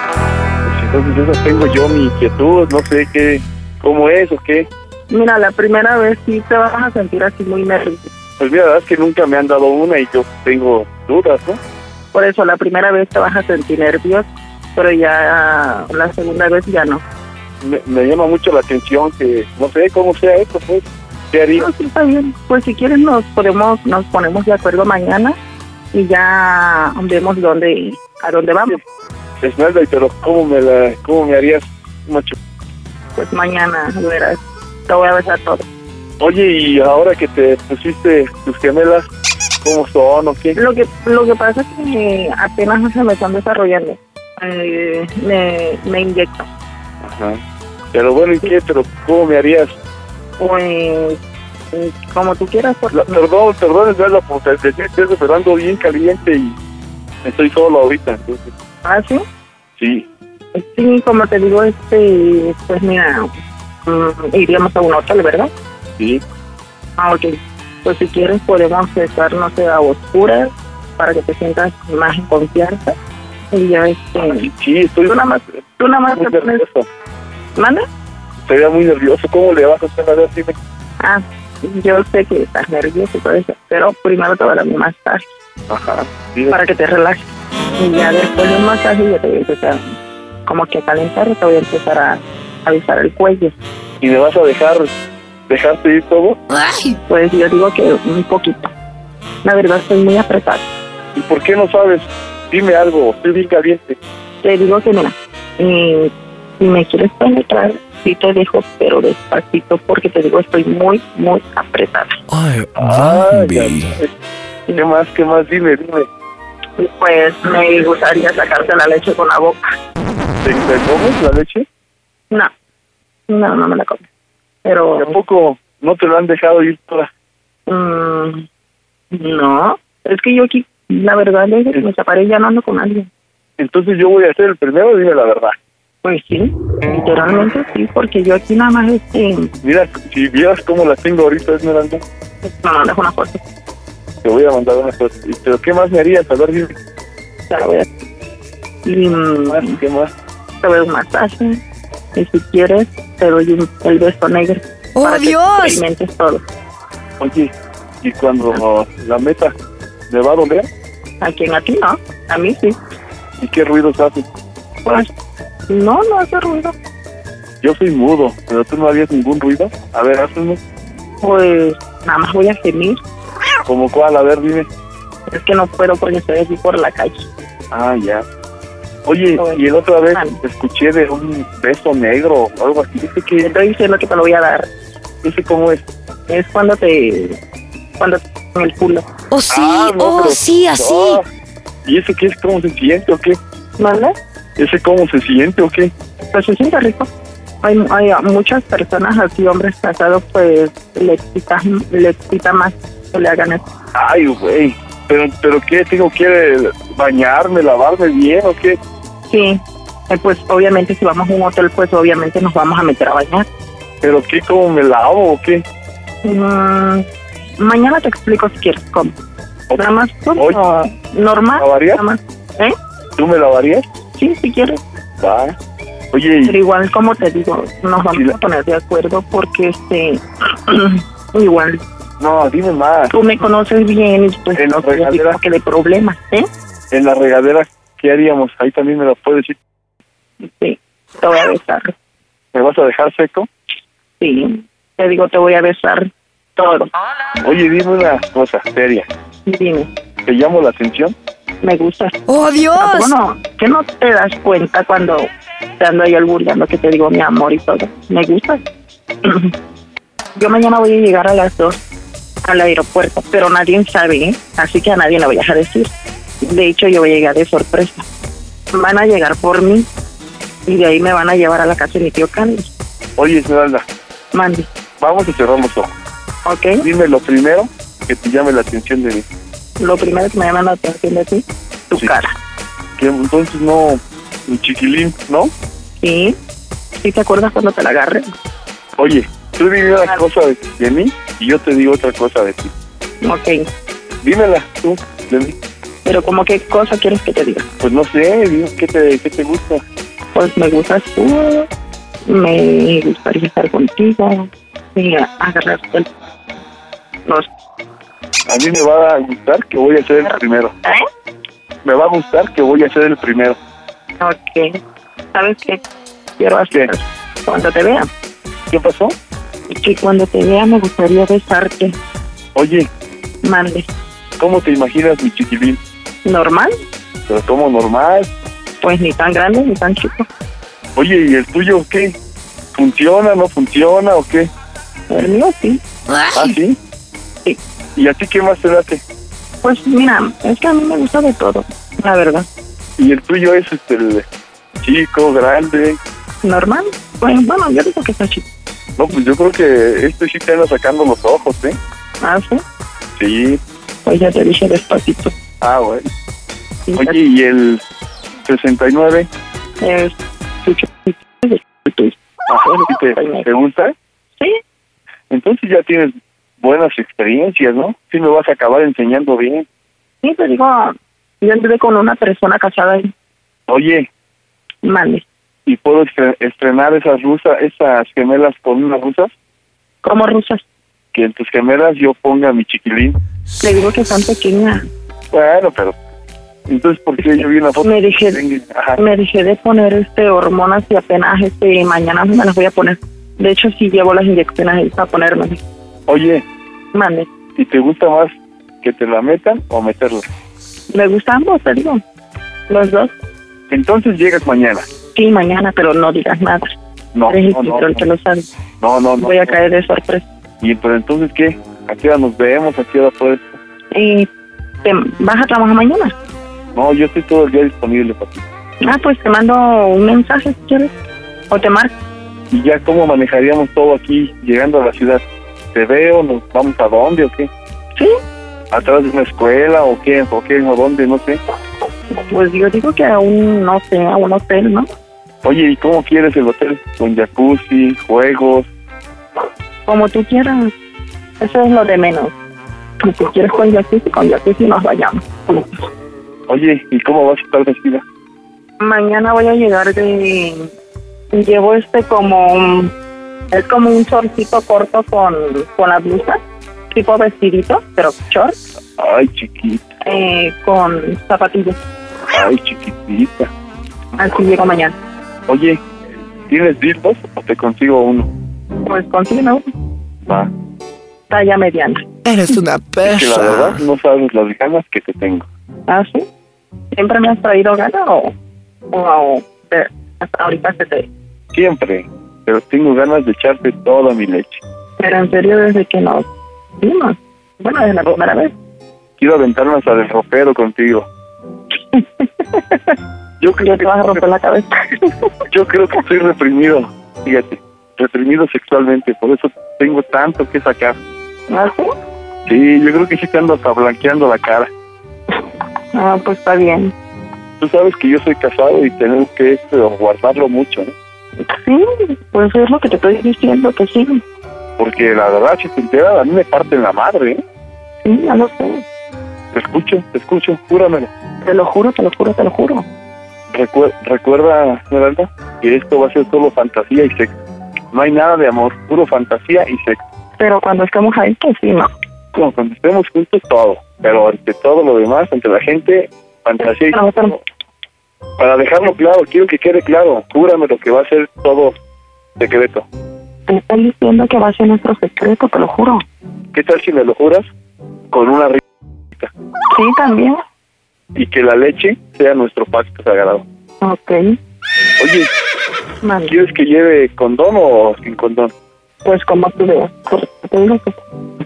G: entonces eso tengo yo mi inquietud, no sé qué, cómo es o qué.
P: Mira, la primera vez sí te vas a sentir así muy nervioso.
G: Pues mira, la verdad es que nunca me han dado una y yo tengo dudas, ¿no?
P: Por eso, la primera vez te vas a sentir nervioso, pero ya ah, la segunda vez ya no.
G: me, me llama mucho la atención que no sé cómo sea esto, pues. Jerry.
P: No, sí, está bien. Pues si quieren nos podemos, nos ponemos de acuerdo mañana y ya vemos dónde, a dónde vamos.
G: Esmeralda, pero ¿cómo me, la, cómo me harías macho?
P: Pues mañana verás. Te voy a besar todo.
G: Oye, y ahora que te pusiste tus gemelas, ¿cómo son o qué?
P: Lo que lo que pasa es que apenas se me están desarrollando. Eh, me, me inyecto.
G: Ajá. Pero bueno, ¿y qué? ¿Pero cómo me harías?
P: Pues como tú quieras. pues, Por...
G: La- perdón, perdón, pues, Esmeralda, por te estoy esperando bien caliente y estoy solo ahorita. Entonces,
P: ¿Ah, sí?
G: sí.
P: Sí, como te digo, este, pues mira, mm, iríamos a un hotel, ¿verdad?
G: Sí.
P: Ah, ok. Pues si quieres podemos estar, no sé, a oscuras para que te sientas más en confianza. Y ya este...
G: Sí, estoy...
P: Tú nada más, tú nada más te pones... ¿Manda?
G: Te veía muy nervioso. ¿Cómo le vas a hacer? A ver, dime.
P: Ah, yo sé que estás nervioso y todo eso, pero primero te voy a dar mi masaje
G: Ajá.
P: para que te relajes. Y ya después del masaje ya te voy a empezar como que a calentar y te voy a empezar a avisar el cuello.
G: ¿Y me vas a dejar dejarte ir todo?
P: Pues yo digo que un poquito. La verdad estoy muy apretada.
G: ¿Y por qué no sabes? Dime algo, estoy bien caliente.
P: Te digo que mira, eh, si me quieres penetrar, sí te dejo, pero despacito porque te digo estoy muy, muy apretada.
G: Ay, ¿Qué más? ¿Qué más? Dime, dime.
P: Y pues me gustaría sacarte la leche con la boca.
G: ¿Te, te comes la leche?
P: No, no, no me la comes. Pero...
G: ¿Tampoco no te lo han dejado ir toda?
P: Mm, no, es que yo aquí, la verdad es que me separé y ya no ando con alguien.
G: Entonces yo voy a ser el primero, dime la verdad.
P: Pues sí, literalmente sí, porque yo aquí nada más este,
G: Mira, si vieras cómo la tengo ahorita, Esmeralda,
P: me mandas una foto,
G: te voy a mandar una foto. ¿Y ¿Pero qué más me harías? A ver, dime.
P: te la voy a y mm,
G: ¿Qué más?
P: te voy a dar un masaje, y si quieres te doy un, el beso negro.
O: ¡Oh,
P: para que
O: Dios!
P: experimentes todo.
G: Oye, ¿y cuando la meta me va a doler?
P: ¿A quién? ¿A ti no? A mí sí.
G: ¿Y qué ruidos hace?
P: Pues, no, no hace ruido.
G: Yo soy mudo, pero tú no harías ningún ruido. A ver, haz uno.
P: Pues, nada más voy a gemir.
G: ¿Como cuál? A ver, dime.
P: Es que no puedo porque estoy aquí por la calle.
G: Ah, ya. Oye, y el otra vez escuché de un beso negro o algo así. Dice
P: Te
G: que,
P: estoy diciendo que te lo voy a dar.
G: dice cómo es.
P: Es cuando te... Cuando te... En el culo.
O: Oh, sí,
G: Ah, no,
O: oh,
G: pero-
O: sí, así.
G: Ah, ¿Y ese qué es? ¿Cómo se siente o qué?
P: ¿Vale?
G: ¿Ese cómo se siente o qué?
P: Pues se siente rico. Hay, hay muchas personas así, hombres casados, pues le excita, le excita más que le hagan eso.
G: Ay, güey. ¿Pero, ¿Pero qué? ¿Tengo que bañarme, lavarme bien o qué?
P: Sí. Eh, Pues obviamente si vamos a un hotel, pues obviamente nos vamos a meter a bañar.
G: ¿Pero qué? ¿Cómo me lavo o qué?
P: Mm, mañana te explico si quieres cómo. Nada más como normal.
G: ¿Lavarías?
P: Nada más. ¿Eh?
G: ¿Tú me lavarías?
P: Sí, si quieres.
G: Va. Oye,
P: Pero
G: y-
P: igual, como te digo, nos vamos a poner de acuerdo porque este. *clears throat* igual,
G: no, dime más.
P: tú me conoces bien y pues
G: En la
P: no tengo
G: regadera.
P: que de problemas, ¿eh?
G: En la regadera, ¿qué haríamos? Ahí también me lo puedes decir. Ah.
P: Sí, te voy a besar.
G: ¿Me vas a dejar seco?
P: Sí, te digo, te voy a besar todo.
G: Oye, dime una cosa seria.
P: Dime,
G: ¿Te llamo la atención?
P: me gustas.
O: Oh, Dios.
P: Bueno, que no te das cuenta cuando te ando yo albureando que te digo mi amor y todo. Me gusta. *clears throat* yo mañana voy a llegar a las dos al aeropuerto, pero nadie sabe, ¿eh? así que a nadie le voy a dejar decir. De hecho, yo voy a llegar de sorpresa. Van a llegar por mí y de ahí me van a llevar a la casa de mi tío Carlos.
G: Oye, Esmeralda,
P: Mandy,
G: vamos y cerramos ojos.
P: ¿ok?
G: Dime lo primero que te llame la atención de mí.
P: Lo primero que me llama la atención de ti, tu cara.
G: Que entonces no, un chiquilín, ¿no?
P: ¿Sí? ¿Sí te acuerdas cuando te la agarré?
G: Oye, tú dime una cosa de, de mí y yo te digo otra cosa de ti.
P: Ok,
G: Dímela tú de mí.
P: pero como qué cosa quieres que te diga?
G: Pues no sé, dime qué te, qué te gusta.
P: pues me gustas tú, me gustaría estar contigo, y agarrarte el... los...
G: A mí me va a gustar que voy a ser el primero.
P: ¿Eh?
G: Me va a gustar que voy a ser el primero.
P: Ok, ¿sabes qué? Quiero hacer cuando te vea,
G: ¿Qué pasó?
P: que cuando te vea me gustaría besarte.
G: Oye,
P: Mande.
G: ¿cómo te imaginas mi chiquilín?
P: ¿Normal?
G: Pero como normal.
P: Pues ni tan grande ni tan chico.
G: Oye, ¿y el tuyo qué? ¿Funciona, no funciona o qué?
P: El mío Pues, sí.
G: ¿Ah, sí?
P: Sí.
G: ¿Y a ti qué más te late?
P: Pues mira, es que a mí me gusta de todo, la verdad.
G: ¿Y el tuyo es este, el chico, grande?
P: ¿Normal? Pues bueno, yo digo que está chico.
G: No, pues yo creo que este sí te anda sacando los ojos, ¿eh?
P: ¿Ah, sí?
G: Sí.
P: Pues ya te dije despacito.
G: Ah, bueno. Oye, ¿y el 69?
P: Es tu ch-
G: Ah, bueno, ¿y te, te gusta?
P: Sí.
G: Entonces ya tienes buenas experiencias, ¿no? Sí me vas a acabar enseñando bien.
P: Sí, te digo, yo anduve con una persona casada y
G: Oye,
P: mande.
G: ¿y puedo estre- estrenar esas rusas, esas gemelas con unas rusas?
P: ¿Cómo rusas?
G: Que en tus gemelas yo ponga mi chiquilín.
P: Le digo que tan pequeña.
G: Bueno, pero... Entonces, ¿por qué yo vi una foto?
P: Me dejé,
G: Ajá.
P: me dejé de poner este hormonas y apenas este mañana me las voy a poner. De hecho, sí llevo las inyecciones ahí para ponerme.
G: Oye,
P: Mande.
G: ¿y te gusta más que te la metan o meterla?
P: Me gustan ambos, te digo. Los dos.
G: Entonces llegas mañana.
P: Sí, mañana, pero no digas nada.
G: No,
P: Eres el
G: no, no,
P: control
G: no.
P: que lo sabe.
G: No, no, no.
P: Voy a caer de sorpresa.
G: ¿Y pero entonces qué? ¿A qué hora nos vemos? ¿A qué hora puedes?
P: ¿Y te vas a trabajar mañana?
G: No, yo estoy todo el día disponible para ti.
P: Ah, pues te mando un mensaje si quieres. O te marco.
G: ¿Y ya cómo manejaríamos todo aquí llegando a la ciudad? ¿Te veo? ¿Nos vamos a dónde o qué?
P: Sí.
G: ¿Atrás de una escuela o qué? ¿O qué? ¿O dónde? No sé.
P: Pues yo digo que a un, no sé, a un hotel, ¿no?
G: Oye, ¿y cómo quieres el hotel? ¿Con jacuzzi, juegos?
P: Como tú quieras. Eso es lo de menos. Si tú quieres con jacuzzi, con jacuzzi nos vayamos.
G: Oye, ¿y cómo vas a estar vestida?
P: Mañana voy a llegar de... Llevo este como... un- Es como un shortcito corto con, con la blusa. Tipo vestidito, pero short.
G: Ay, chiquita,
P: eh, con zapatillas.
G: ay, chiquitita.
P: Así llego mañana.
G: Oye, ¿tienes dildos o te consigo uno?
P: Pues consigue una
G: Va.
P: talla mediana.
Q: Eres
G: *laughs*
Q: una
G: Es que la verdad no sabes las ganas que te tengo.
P: ¿Ah, sí? ¿Siempre me has traído gana o, o, o- te- hasta ahorita se te...
G: Siempre. Pero tengo ganas de echarte toda mi leche.
P: Pero en serio, desde que nos vimos. Bueno, desde la primera vez.
G: Quiero aventarme hasta del ropero contigo. *laughs* Yo creo
P: Ya te vas a romper la cabeza.
G: *laughs* Yo creo que estoy reprimido. Fíjate, reprimido sexualmente. Por eso tengo tanto que sacar.
P: ¿Ah, sí?
G: Sí, yo creo que sí te ando hasta blanqueando la cara.
P: Ah, pues está bien.
G: Tú sabes que yo soy casado y tenemos que este, guardarlo mucho, ¿no?
P: Sí, pues es lo que te estoy diciendo, que sí.
G: Porque la verdad, si te enteras, a mí me parten la madre, ¿eh?
P: Sí, ya lo sé.
G: Te escucho, te escucho, júramelo.
P: Te lo juro, te lo juro, te lo juro.
G: Recuer- recuerda, Esmeralda, que esto va a ser solo fantasía y sexo. No hay nada de amor, puro fantasía y sexo.
P: Pero cuando estemos ahí, pues sí, no.
G: Como cuando estemos juntos, todo. Pero ante todo lo demás, ante la gente, fantasía y
P: Pero,
G: sexo. Para dejarlo claro, quiero que quede claro. Júramelo que va a ser todo secreto.
P: Te estoy diciendo que va a ser nuestro secreto, te lo juro.
G: ¿Qué tal si me lo juras? Con una rica.
P: Sí, también.
G: Y que la leche sea nuestro pacto sagrado.
P: Ok,
G: Oye,
P: vale.
G: ¿quieres que lleve condón o sin condón?
P: Pues como tú veas, porque te digo que,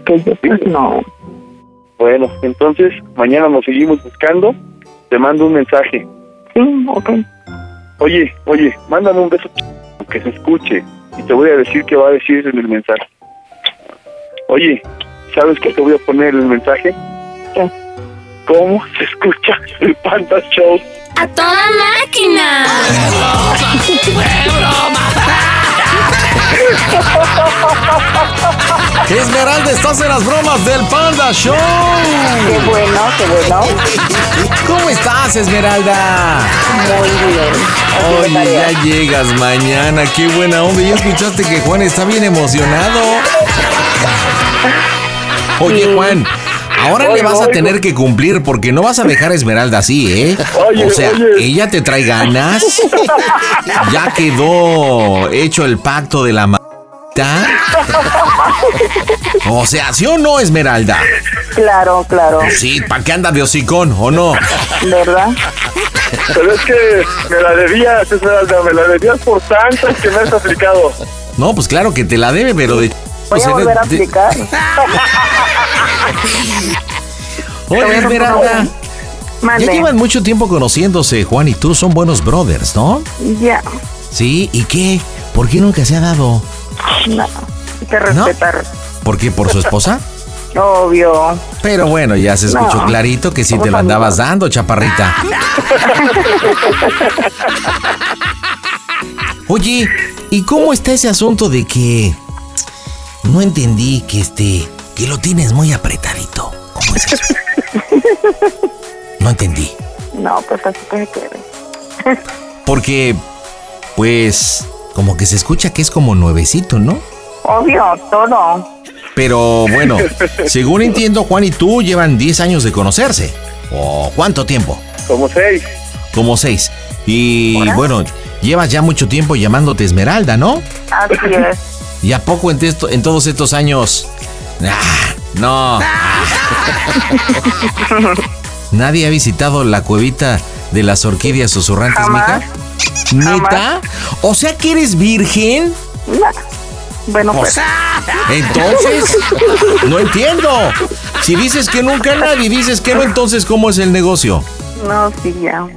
P: que yo pues no.
G: Bueno, entonces mañana nos seguimos buscando. Te mando un mensaje.
P: Sí, ok. *laughs*
G: Oye, oye, mándame un beso que se escuche y te voy a decir qué va a decir en el mensaje. Oye, ¿sabes qué te voy a poner en el mensaje?
P: ¿Qué?
G: ¿Cómo se escucha el Panda Show?
R: A toda máquina.
B: Esmeralda, estás en las bromas del Panda Show. Qué
P: bueno, qué bueno.
B: ¿Cómo estás, Esmeralda?
P: Muy bien.
B: Oye, ya llegas mañana. Qué buena onda. Ya escuchaste que Juan está bien emocionado. Oye, Juan. Ahora le
G: Oigo,
B: vas a
G: oigo.
B: tener que cumplir porque no vas a dejar a Esmeralda así, ¿eh?
G: Oye,
B: o sea,
G: oye.
B: ella te trae ganas. Ya quedó hecho el pacto de la ma- neta? O sea, ¿sí o no, Esmeralda?
S: Claro,
B: *laughs*
S: claro.
B: Pues sí, ¿para qué anda de hocicón o no?
S: ¿Verdad?
G: Pero es que me la debías, Esmeralda, me la debías por tantas que me has aplicado.
B: No, pues claro que te la debe, pero de... pues,
S: Voy a volver a
B: de-
S: aplicar.
B: Oye, Esmeralda, ya
S: Mande.
B: llevan mucho tiempo conociéndose, Juan y tú, son buenos brothers, ¿no?
S: Ya.
B: Sí, ¿y qué? ¿Por qué nunca se ha dado?
S: No. Hay que respetar.
B: ¿Por qué? ¿Por su esposa?
S: *laughs* Obvio.
B: Pero bueno, ya se escuchó
S: No.
B: clarito que sí te lo andabas dando, chaparrita. Oye, ¿y cómo está ese asunto de que no entendí que este que lo tienes muy apretadito? ¿Cómo es
S: *laughs*
B: eso? No entendí.
S: No, pues así que se quede.
B: Porque pues como que se escucha que es como nuevecito, ¿no?
S: Obvio, todo.
B: Pero
G: *laughs*
B: bueno, según entiendo, Juan y tú llevan 10 años de conocerse. ¿O cuánto tiempo?
G: Como seis.
B: Como seis. Y bueno, llevas ya mucho tiempo llamándote Esmeralda, ¿no? *laughs*
S: Así es.
B: ¿Y a poco en, testo- en todos estos años? Ah,
S: *laughs*
B: no. ¿Nadie ha visitado la cuevita de las orquídeas susurrantes,
S: Jamás.
B: mija? ¿Neta? O sea que eres virgen.
S: No. Bueno, pues.
P: *laughs*
B: Entonces, no entiendo. Si dices que nunca nadie, dices que no, entonces ¿cómo es el negocio?
S: No, sí, ya.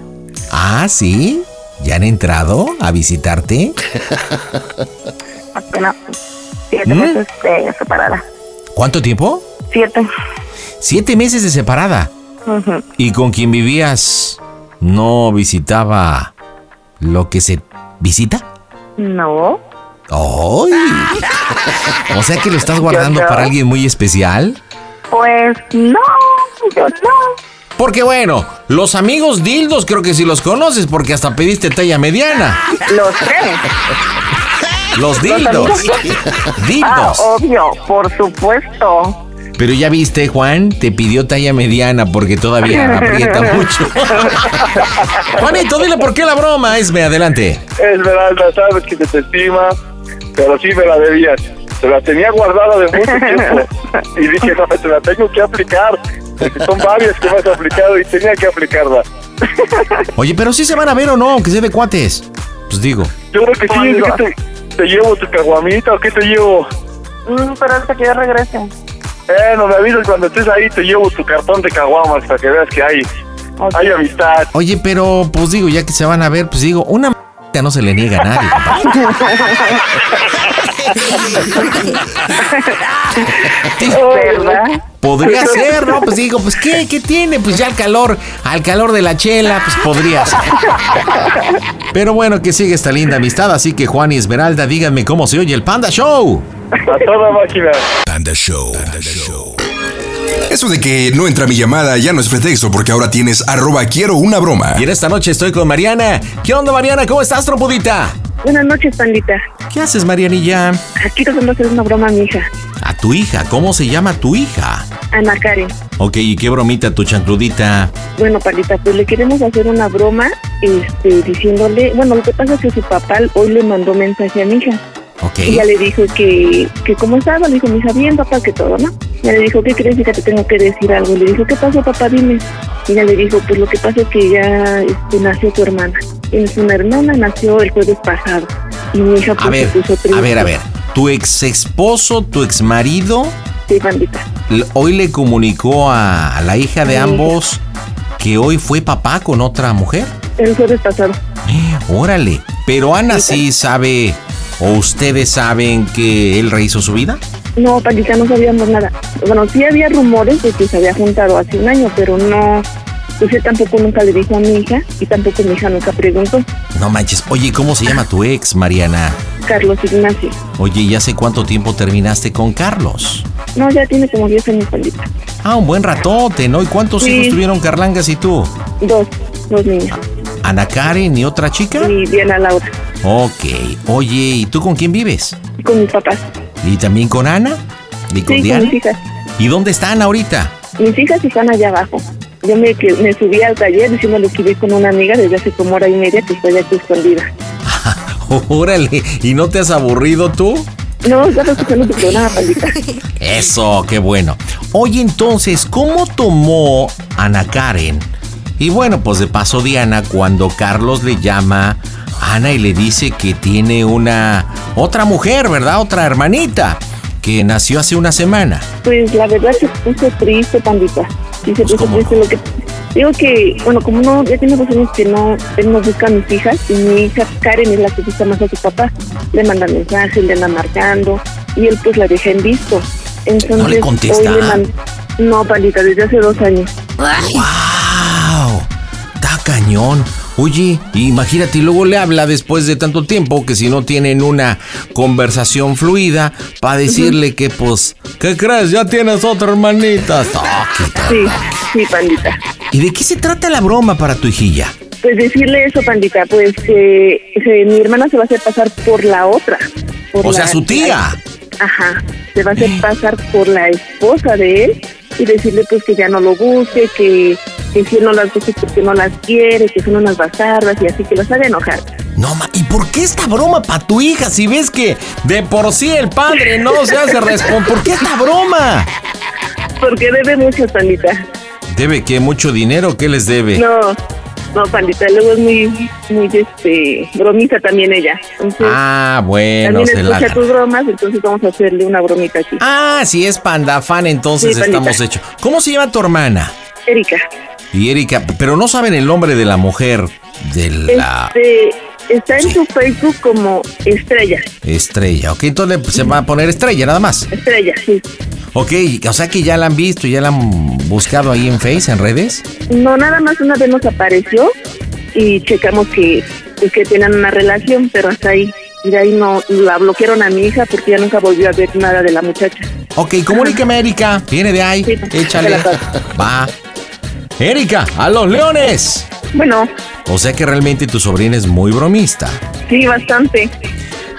B: Ah, sí. ¿Ya han entrado a visitarte?
S: Apenas siete meses de separada.
B: ¿Mm? ¿Cuánto tiempo?
S: Siete.
B: Siete meses de separada.
S: Ujú.
B: ¿Y con quien vivías no visitaba lo que se visita?
S: No.
B: ¡Ay!
S: *laughs*
B: O sea que lo estás guardando para alguien muy especial.
S: Pues no. Yo no.
B: Porque bueno, los amigos dildos creo que sí los conoces porque hasta pediste talla mediana.
S: Los tres.
B: Los
S: amigos
B: dildos.
S: Ah,
B: *laughs* Dildos.
S: obvio, por supuesto.
B: Pero ya viste, Juan, te pidió talla mediana porque todavía aprieta mucho. Juanito, dile por qué la broma, Esme, adelante.
G: Esmeralda, sabes que se te estima, pero sí me la debías. Te la tenía guardada de mucho tiempo. Y dije, no, te la tengo que aplicar. Porque son varias que me has aplicado y tenía que aplicarla.
B: Oye, pero sí se van a ver o no, aunque sea de cuates. Pues digo.
G: Yo creo que sí, ¿qué te, te llevo tu caguamita o qué te llevo?
S: Mm, pero hasta que yo regrese.
G: Eh, no me avisas cuando estés ahí, te llevo tu cartón de caguamas para que veas que hay, hay amistad.
B: Oye, pero pues digo, ya que se van a ver, pues digo, una m***a no se le niega a nadie. papá.
S: ¿Verdad?
P: *laughs*
B: Podría ser, ¿no? Pues digo, pues ¿qué? ¿Qué tiene? Pues ya al calor, al calor de la chela, pues podría ser. Pero bueno, que sigue esta linda amistad, así que Juan y Esmeralda, díganme cómo se oye el Panda Show.
G: A toda máquina.
F: Panda Show. Eso de que no entra mi llamada ya no es pretexto porque ahora tienes arroba quiero una broma.
B: Y en esta noche estoy con Mariana. ¿Qué onda, Mariana? ¿Cómo estás, trompudita?
P: Buenas noches, pandita.
B: ¿Qué haces, Marianilla?
P: Aquí tratando de hacer una broma a mi hija,
B: A tu hija, ¿cómo se llama tu hija?
P: Ana Karen.
B: Ok, ¿y qué bromita tu chancludita?
P: Bueno, pandita, pues le queremos hacer una broma este, diciéndole... Bueno, lo que pasa es que su papá hoy le mandó mensaje a mi hija.
B: Ok.
P: Ella le dijo que, que cómo estaba, le dijo mi hija, bien, papá, que todo, ¿no? Ella le dijo, ¿qué crees, hija? Te tengo que decir algo. Le dijo, ¿qué pasó, papá? Dime. Ella le dijo, pues lo que pasa es que ya este, nació tu hermana. Es una hermana, nació el jueves pasado. Y mi hija pues,
B: A ver,
P: se puso triste.
B: a ver, a ver. Tu ex esposo, tu ex marido,
P: Sí, pandita.
B: hoy le comunicó a, a la hija de
P: Sí.
B: ambos que hoy fue papá con otra mujer.
P: El jueves pasado.
B: Órale. Pero Ana sí sabe, o ustedes saben que él rehizo su vida.
P: No, pandita, no sabíamos nada. Bueno, sí había rumores de que se había juntado hace un año, pero no. Pues él tampoco nunca le dijo a mi hija y tampoco mi hija nunca preguntó.
B: No manches. Oye, ¿cómo se llama tu ex, Mariana?
P: Carlos Ignacio.
B: Oye, ¿y hace cuánto tiempo terminaste con Carlos?
P: No, ya tiene como 10 años, pandita.
B: Ah, un buen ratote, ¿no? ¿Y cuántos
P: Sí.
B: hijos tuvieron Carlangas y tú?
P: Dos, dos niñas.
B: ¿Ana Karen y otra chica?
P: Y Diana Laura.
B: Ok. Oye, ¿y tú con quién vives?
P: Y con mis papás.
B: ¿Y también con Ana? ¿Y con
P: Sí, con
B: Diana?
P: mis hijas.
B: ¿Y dónde está Ana ahorita? *laughs*
P: Mis hijas están allá abajo. Yo me, que- me subí al taller diciéndole que vi con una amiga desde hace como hora y media que estoy aquí escondida.
B: Órale, ¿y no te has aburrido tú?
P: No, estaba escuchando tu programa, maldita.
B: Eso, qué bueno. Oye, entonces, ¿cómo tomó Ana Karen? Y bueno, pues de paso Diana, cuando Carlos le llama a Ana y le dice que tiene una otra mujer, ¿verdad? Otra hermanita, que nació hace una semana.
P: Pues la verdad se puso triste, pandita. Sí,
B: Pues,
P: se puso triste lo que... Digo que, bueno, como no, ya tiene dos años que no, él no busca a mis hijas, y mi hija Karen es la que busca más a su papá. Le manda mensajes, le anda marcando, y él pues la deja en visto. Entonces,
B: ¿No le contesta?
P: hoy le man- No, pandita, desde hace dos años.
B: ¡Wow! ¡Está cañón! Oye, imagínate, y luego le habla después de tanto tiempo que si no tienen una conversación fluida para decirle que pues, ¿qué crees? Ya tienes otra hermanita. Ah, qué tal.
P: Sí, sí, pandita.
B: ¿Y de qué se trata la broma para tu hijilla?
P: Pues decirle eso, pandita, pues que que mi hermana se va a hacer pasar por la otra. por
B: O sea,
P: la-
B: su tía. Eh.
P: Ajá, se va a hacer pasar por la esposa de él y decirle pues que ya no lo busque, que, que si él no las busca es porque no las quiere, que son unas bastardas y así que las haga enojar.
B: No, ma, ¿y por qué esta broma para tu hija si ves que de por sí el padre no se hace responsable? Pues, ¿Por qué esta broma?
P: *laughs* Porque debe mucho, pandita.
B: ¿Debe que mucho dinero? ¿Qué les debe?
P: No, no, pandita, luego es muy, muy, este, bromita también ella. Entonces,
B: Ah, bueno,
P: también
B: se la...
P: escucha tus bromas, entonces vamos a hacerle una bromita aquí.
B: Ah, si es panda fan, entonces
P: Sí, pandita.
B: estamos hechos. ¿Cómo se llama tu hermana?
P: Erika,
B: Y Erika, pero no saben el nombre de la mujer de la
P: este, está en su Facebook como Estrella,
B: estrella, ¿ok? Entonces le- se va a poner estrella nada más.
P: Estrella, sí.
B: Ok, o sea que ya la han visto, ya la han buscado ahí en Face, en redes.
P: No, nada más una vez nos apareció y checamos que, pues, que tenían una relación, pero hasta ahí. Y de ahí no, la bloquearon a mi hija porque ya nunca volvió a ver nada de la muchacha.
B: Ok, comunícame Erika, viene de ahí, échale.
P: te la
B: Va. Erika, a los leones.
P: Bueno,
B: O sea que realmente tu sobrina es muy bromista.
P: sí, bastante.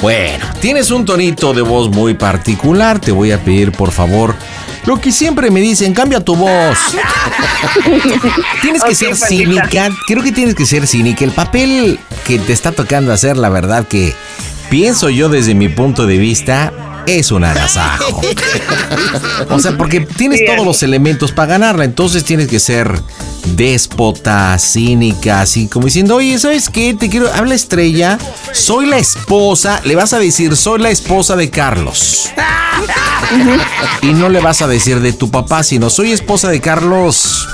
B: Bueno, tienes un tonito de voz muy particular. Te voy a pedir, por favor, lo que siempre me dicen, cambia tu voz. tienes que
T: Ok,
B: ser
T: pandita.
B: cínica. Creo que tienes que ser cínica. El papel que te está tocando hacer, la verdad que pienso yo desde mi punto de vista, es un agasajo. O sea, porque tienes todos los elementos para ganarla, entonces tienes que ser déspota, cínica, así como diciendo, oye, ¿sabes qué? Te quiero, habla estrella, soy la esposa, le vas a decir, soy la esposa de Carlos. Y no le vas a decir de tu papá, sino, soy esposa de Carlos,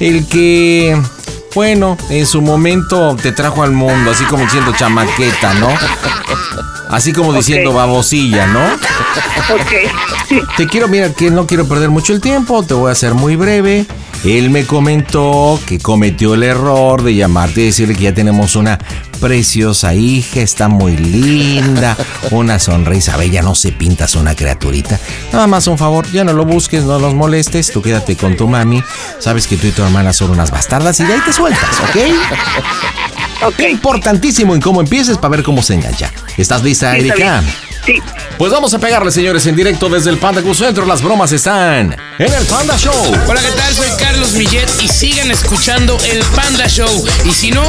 B: el que, bueno, en su momento te trajo al mundo, así como diciendo chamaqueta, ¿no? Así como diciendo babosilla, ¿no? Te quiero, mira, que no quiero perder mucho el tiempo, te voy a hacer muy breve. Él me comentó que cometió el error de llamarte y decirle que ya tenemos una preciosa hija, está
T: *laughs*
B: muy linda, una sonrisa bella, no se pintas una criaturita. Nada más un favor, ya no lo busques, no los molestes, tú quédate con tu mami, sabes que tú y tu hermana son unas bastardas y de ahí te sueltas,
T: *laughs*
B: ¿ok? Ok. Importantísimo en cómo empieces para ver cómo se engancha. ¿Estás lista,
T: Sí, está
B: Erika?
T: bien.
P: Sí.
B: Pues vamos a pegarle, señores, en directo desde el Panda Club Centro. Las bromas están en el Panda Show.
T: Hola, ¿qué tal? Soy Carlos Millet y sigan escuchando el Panda Show. Y si no,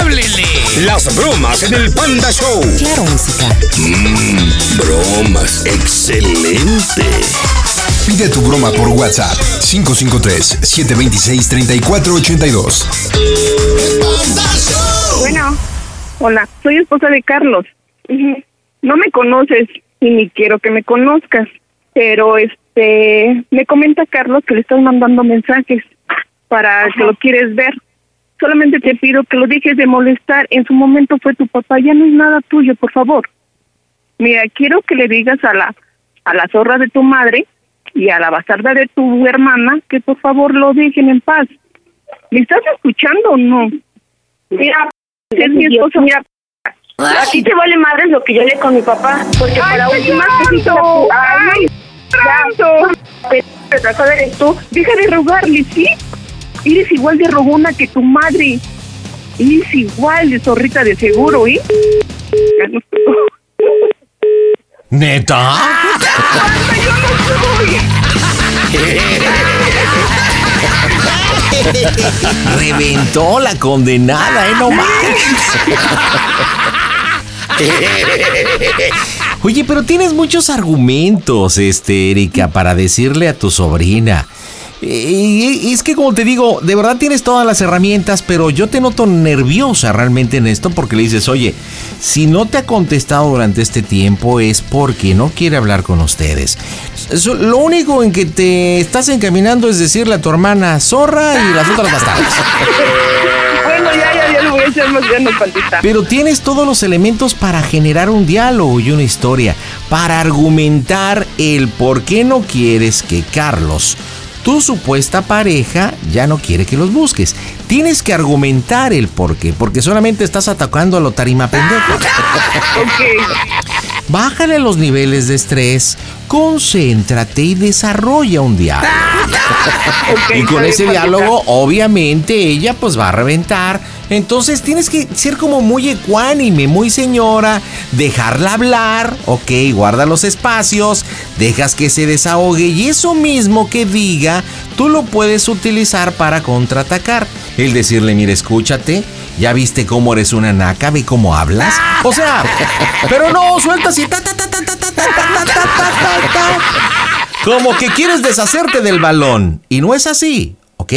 T: háblenle.
E: Las bromas en el Panda Show.
A: Claro, música.
E: Mmm, bromas. Excelente.
F: Pide tu broma por WhatsApp 553-726-3482.
P: Bueno, hola, soy esposa de Carlos. No me conoces y ni quiero que me conozcas, pero este, me comenta Carlos que le estás mandando mensajes para que lo quieres ver. Solamente te pido que lo dejes de molestar. En su momento fue tu papá, ya no es nada tuyo, por favor. Mira, quiero que le digas a la a la zorra de tu madre y a la bastarda de tu hermana que por favor lo dejen en paz. ¿Me estás escuchando o no? Mira, es mi esposo, mira.
U: A ti te vale madres lo que yo le con mi papá, porque para últimas te hiciste la-
P: ¡Ay, santo! eres tú. Deja de rogarle, ¿sí? Eres igual de rogona que tu madre. Eres igual de zorrita de seguro, ¿eh?
B: ¿Neta?
T: Eh,
B: Reventó la condenada, ¿eh? No más. Oye, pero tienes muchos argumentos, este, Erika, para decirle a tu sobrina. Y, y- y es que como te digo, de verdad tienes todas las herramientas, pero yo te noto nerviosa realmente en esto porque le dices, oye, si no te ha contestado durante este tiempo es porque no quiere hablar con ustedes. Eso- lo único en que te estás encaminando es decirle a tu hermana zorra y las otras bastardas.
O: *laughs* Bueno, ya, ya, ya le voy a echar más ganas, pandita.
B: Pero tienes todos los elementos para generar un diálogo y una historia, para argumentar el por qué no quieres que Carlos, tu supuesta pareja, ya no quiere que los busques. Tienes que argumentar el por qué, porque solamente estás atacando a lo tarima pendejo. Bájale los niveles de estrés, concéntrate y desarrolla
O: *laughs*
B: un diálogo. y con
O: está
B: ese
O: bien,
B: diálogo, obviamente, ella pues va a reventar. Entonces tienes que ser como muy ecuánime, muy señora, dejarla hablar, ok, guarda los espacios, dejas que se desahogue y eso mismo que diga, tú lo puedes utilizar para contraatacar. El decirle, mira, escúchate, ya viste cómo eres una naca, ve cómo hablas. O
O: Ah.
B: sea, pero no, suelta así, ta, ta, ta, ta, ta, ta, ta, ta, ta, ta, ta. Como que quieres deshacerte del balón. Y no es así, ¿ok?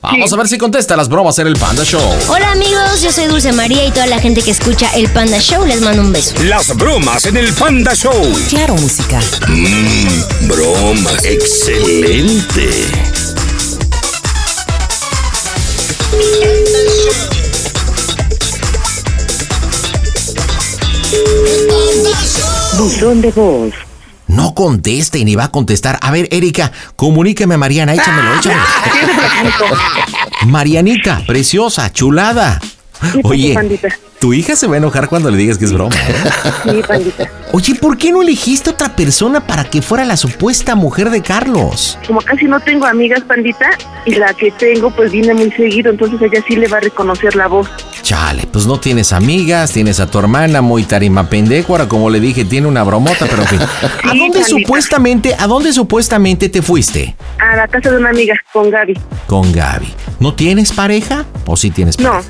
B: Vamos a ver si contesta las bromas en el Panda Show.
C: Hola amigos, yo soy Dulce María y toda la gente que escucha el Panda Show les mando un beso.
E: Las bromas en el Panda Show.
V: Claro, música.
E: Mmm, bromas. Excelente.
B: Buzón de voz. No conteste y ni va a contestar. A ver, Erika, comuníqueme a Mariana, *laughs* échamelo, échamelo. Marianita, preciosa, chulada. Oye,
P: pandita?
B: tu hija se va a enojar cuando le digas que es broma. ¿eh?
P: Sí, pandita.
B: Oye, ¿por qué no elegiste otra persona para que fuera la supuesta mujer de Carlos?
P: Como casi no tengo amigas, pandita, y la que tengo pues viene muy seguido, entonces ella sí le va a reconocer la voz.
B: Chale, pues no tienes amigas, tienes a tu hermana muy tarima pendécuara, como le dije, tiene una bromota, pero en fin. ¿A dónde supuestamente, a dónde supuestamente te fuiste?
P: A la casa de una amiga, con Gaby.
B: Con Gaby. ¿No tienes pareja? ¿O sí tienes pareja?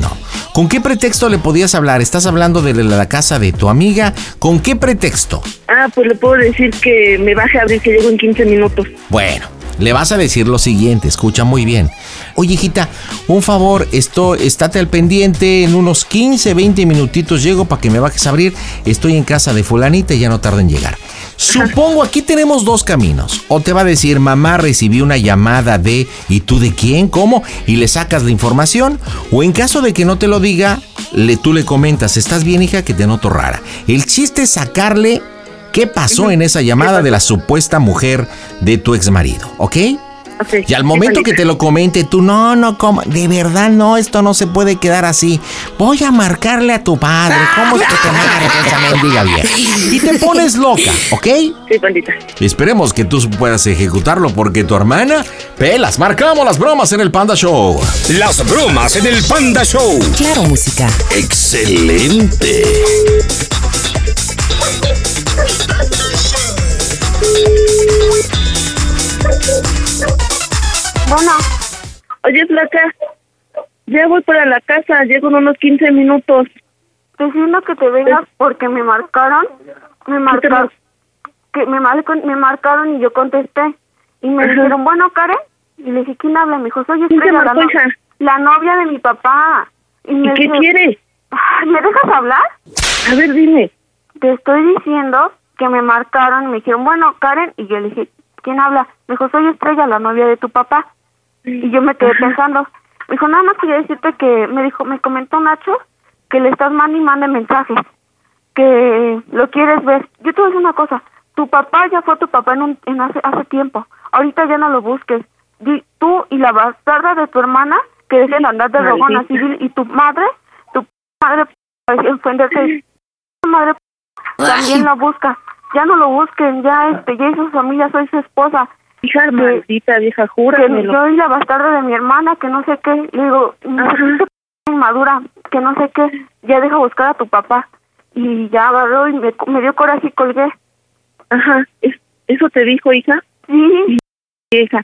P: No,
B: ¿Con qué pretexto le podías hablar? ¿Estás hablando de la la casa de tu amiga? ¿Con qué pretexto?
P: ah, pues le puedo decir que me baje a abrir, que llego en 15 minutos.
B: Bueno, le vas a decir lo siguiente, escucha muy bien. Oye, hijita, un favor, esto, estate al pendiente, en unos 15, 20 minutitos llego para que me bajes a abrir. Estoy en casa de fulanita y ya no tardo en llegar. Supongo, aquí tenemos dos caminos. O te va a decir, mamá, recibí una llamada de, ¿y tú de quién? ¿Cómo? Y le sacas la información. O en caso de que no te lo diga, le, tú le comentas, ¿estás bien, hija? Que te noto rara. El chiste es sacarle ¿Qué pasó en esa llamada de la supuesta mujer de tu exmarido? ¿Ok? Y al momento que te lo comente, tú no, no, como, de verdad no, esto no se puede quedar así. Voy a marcarle a tu padre. ¿Cómo es que te marca esa mendiga vieja? Y te pones loca, ¿ok?
P: Sí, pandita.
B: Esperemos que tú puedas ejecutarlo porque tu hermana, pelas, marcamos las bromas en el Panda Show.
E: Las bromas en el Panda Show.
V: Claro, música.
E: Excelente.
P: Bueno. Oye, Flaca, ya voy para la casa, llego en unos 15 minutos.
J: Diciendo Pues que te vengas porque me marcaron, me
P: te
J: marcaron, que me, marcon- me marcaron y yo contesté. Y me
P: Ajá.
J: dijeron, bueno, Karen, y le dije, ¿quién habla? Me dijo, soy
P: te
J: Estrella, la,
P: marcó,
J: no-
P: hija?
J: la novia de mi papá. ¿Y, me
P: qué
J: dice,
P: quieres?
J: "Ay, ¿Me dejas hablar?
P: A ver, dime.
J: Te estoy diciendo que me marcaron y me dijeron, bueno, Karen, y yo le dije, ¿quién habla? Me dijo, soy Estrella, la novia de tu papá. Y yo me quedé
P: Ajá.
J: pensando. Me dijo, nada más quería decirte que me dijo, me comentó Nacho que le estás mandando y mande mensajes, que lo quieres ver. Yo te voy a decir una cosa, tu papá ya fue tu papá en, un- en hace, hace tiempo, ahorita ya no lo busques. Di- tú y la bastarda de tu hermana que dejen de andar de rogona
P: Maldita.
J: civil y tu madre, tu madre para ofenderte, tu madre también lo busca. Ya no lo busquen, ya este, ya es su familia, soy su esposa.
P: Hija maldita, vieja,
J: Que
P: júramelo.
J: yo soy la bastarda de mi hermana, que no sé qué. Le digo, "Maldita inmadura, que no sé qué. Ya deja buscar a tu papá. Y ya agarró y me, me dio coraje y colgué.
P: Ajá, ¿es- ¿eso te dijo, hija?
J: Sí.
P: Hija.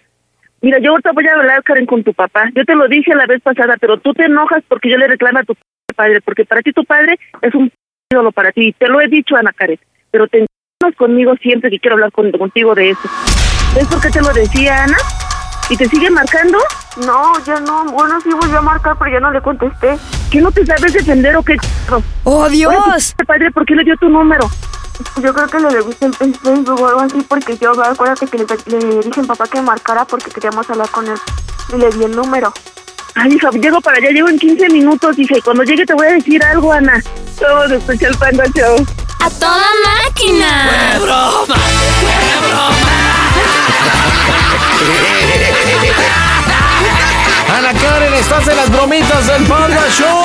P: Mira, yo ahorita voy a hablar, Karen, con tu papá. Yo te lo dije la vez pasada, pero tú te enojas porque yo le reclamo a tu padre, porque para ti tu padre es un ídolo para ti. Te lo he dicho, Ana Karen, pero te encuentras conmigo siempre que quiero hablar con- contigo de eso. ¿Ves por qué te lo decía, Ana? ¿Y te sigue marcando?
W: No, ya no. Bueno, sí volvió a marcar, pero ya no le contesté.
P: ¿Que no te sabes defender o qué?
K: ¡Oh, Dios!
P: padre, ¿por qué le dio tu número?
W: Yo creo que le gusta en en Facebook o algo así, porque yo, acuérdate que le, le dije a mi papá que marcara porque queríamos hablar con él. Y le di el número.
P: Ay, hija, llego para allá, llego en 15 minutos, dije, cuando llegue te voy a decir algo, Ana. Somos de Especial Panda Show.
I: A toda máquina.
T: broma!
I: *laughs*
B: Ana Karen, estás en las bromitas del Panda Show.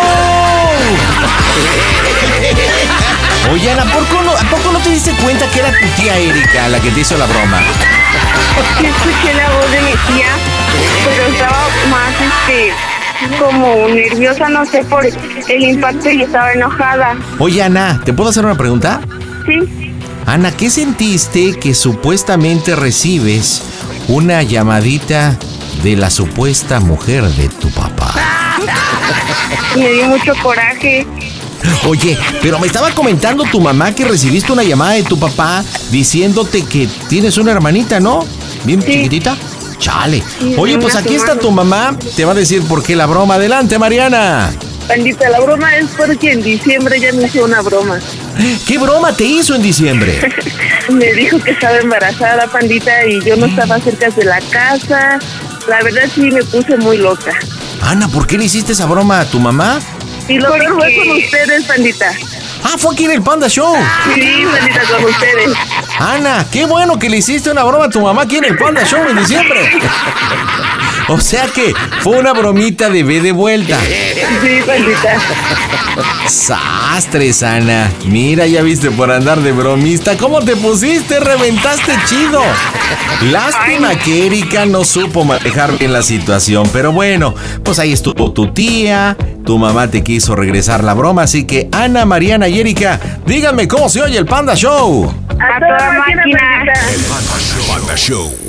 B: Oye, Ana, ¿por qué no, ¿a poco no te diste cuenta que era tu tía Erika la que te hizo la broma?
X: Sí escuché la voz de mi tía, pero estaba más este como nerviosa, no sé, por el impacto y estaba enojada.
B: Oye, Ana, ¿te puedo hacer una pregunta?
X: Sí,
B: Ana, ¿qué sentiste que supuestamente recibes una llamadita de la supuesta mujer de tu papá?
X: me dio mucho coraje.
B: Oye, pero me estaba comentando tu mamá que recibiste una llamada de tu papá diciéndote que tienes una hermanita, ¿no? Bien chiquitita. Chale.
X: Sí,
B: Oye,
X: una
B: pues aquí está
X: hermana.
B: tu mamá. Te va a decir por qué la broma. Adelante, Mariana.
P: Pandita, la broma es porque en diciembre ya me hizo una broma.
B: ¿Qué broma te hizo en
P: *laughs*
B: diciembre?
P: me dijo que estaba embarazada, Pandita, y yo no estaba cerca de la casa. La verdad sí me puse muy loca.
B: Ana, ¿por qué le hiciste esa broma a tu
P: *laughs*
B: mamá?
P: Y lo peor fue con ustedes, Pandita.
B: Ah, fue aquí en el Panda Show.
P: Sí, Pandita, con ustedes.
B: Ana, qué bueno que le hiciste una broma a tu mamá aquí en el Panda Show en diciembre. *laughs* O sea que fue una bromita de B de vuelta.
P: Sí, Pandita.
B: Sastres, Ana. Mira, ya viste por andar de bromista. ¿Cómo te pusiste? Reventaste chido. Lástima que Erika no supo manejar bien la situación. Pero bueno, pues ahí estuvo tu tía. Tu mamá te quiso regresar la broma. Así que Ana, Mariana y Erika, díganme cómo se oye el Panda Show.
X: A toda máquina.
E: Panda Show.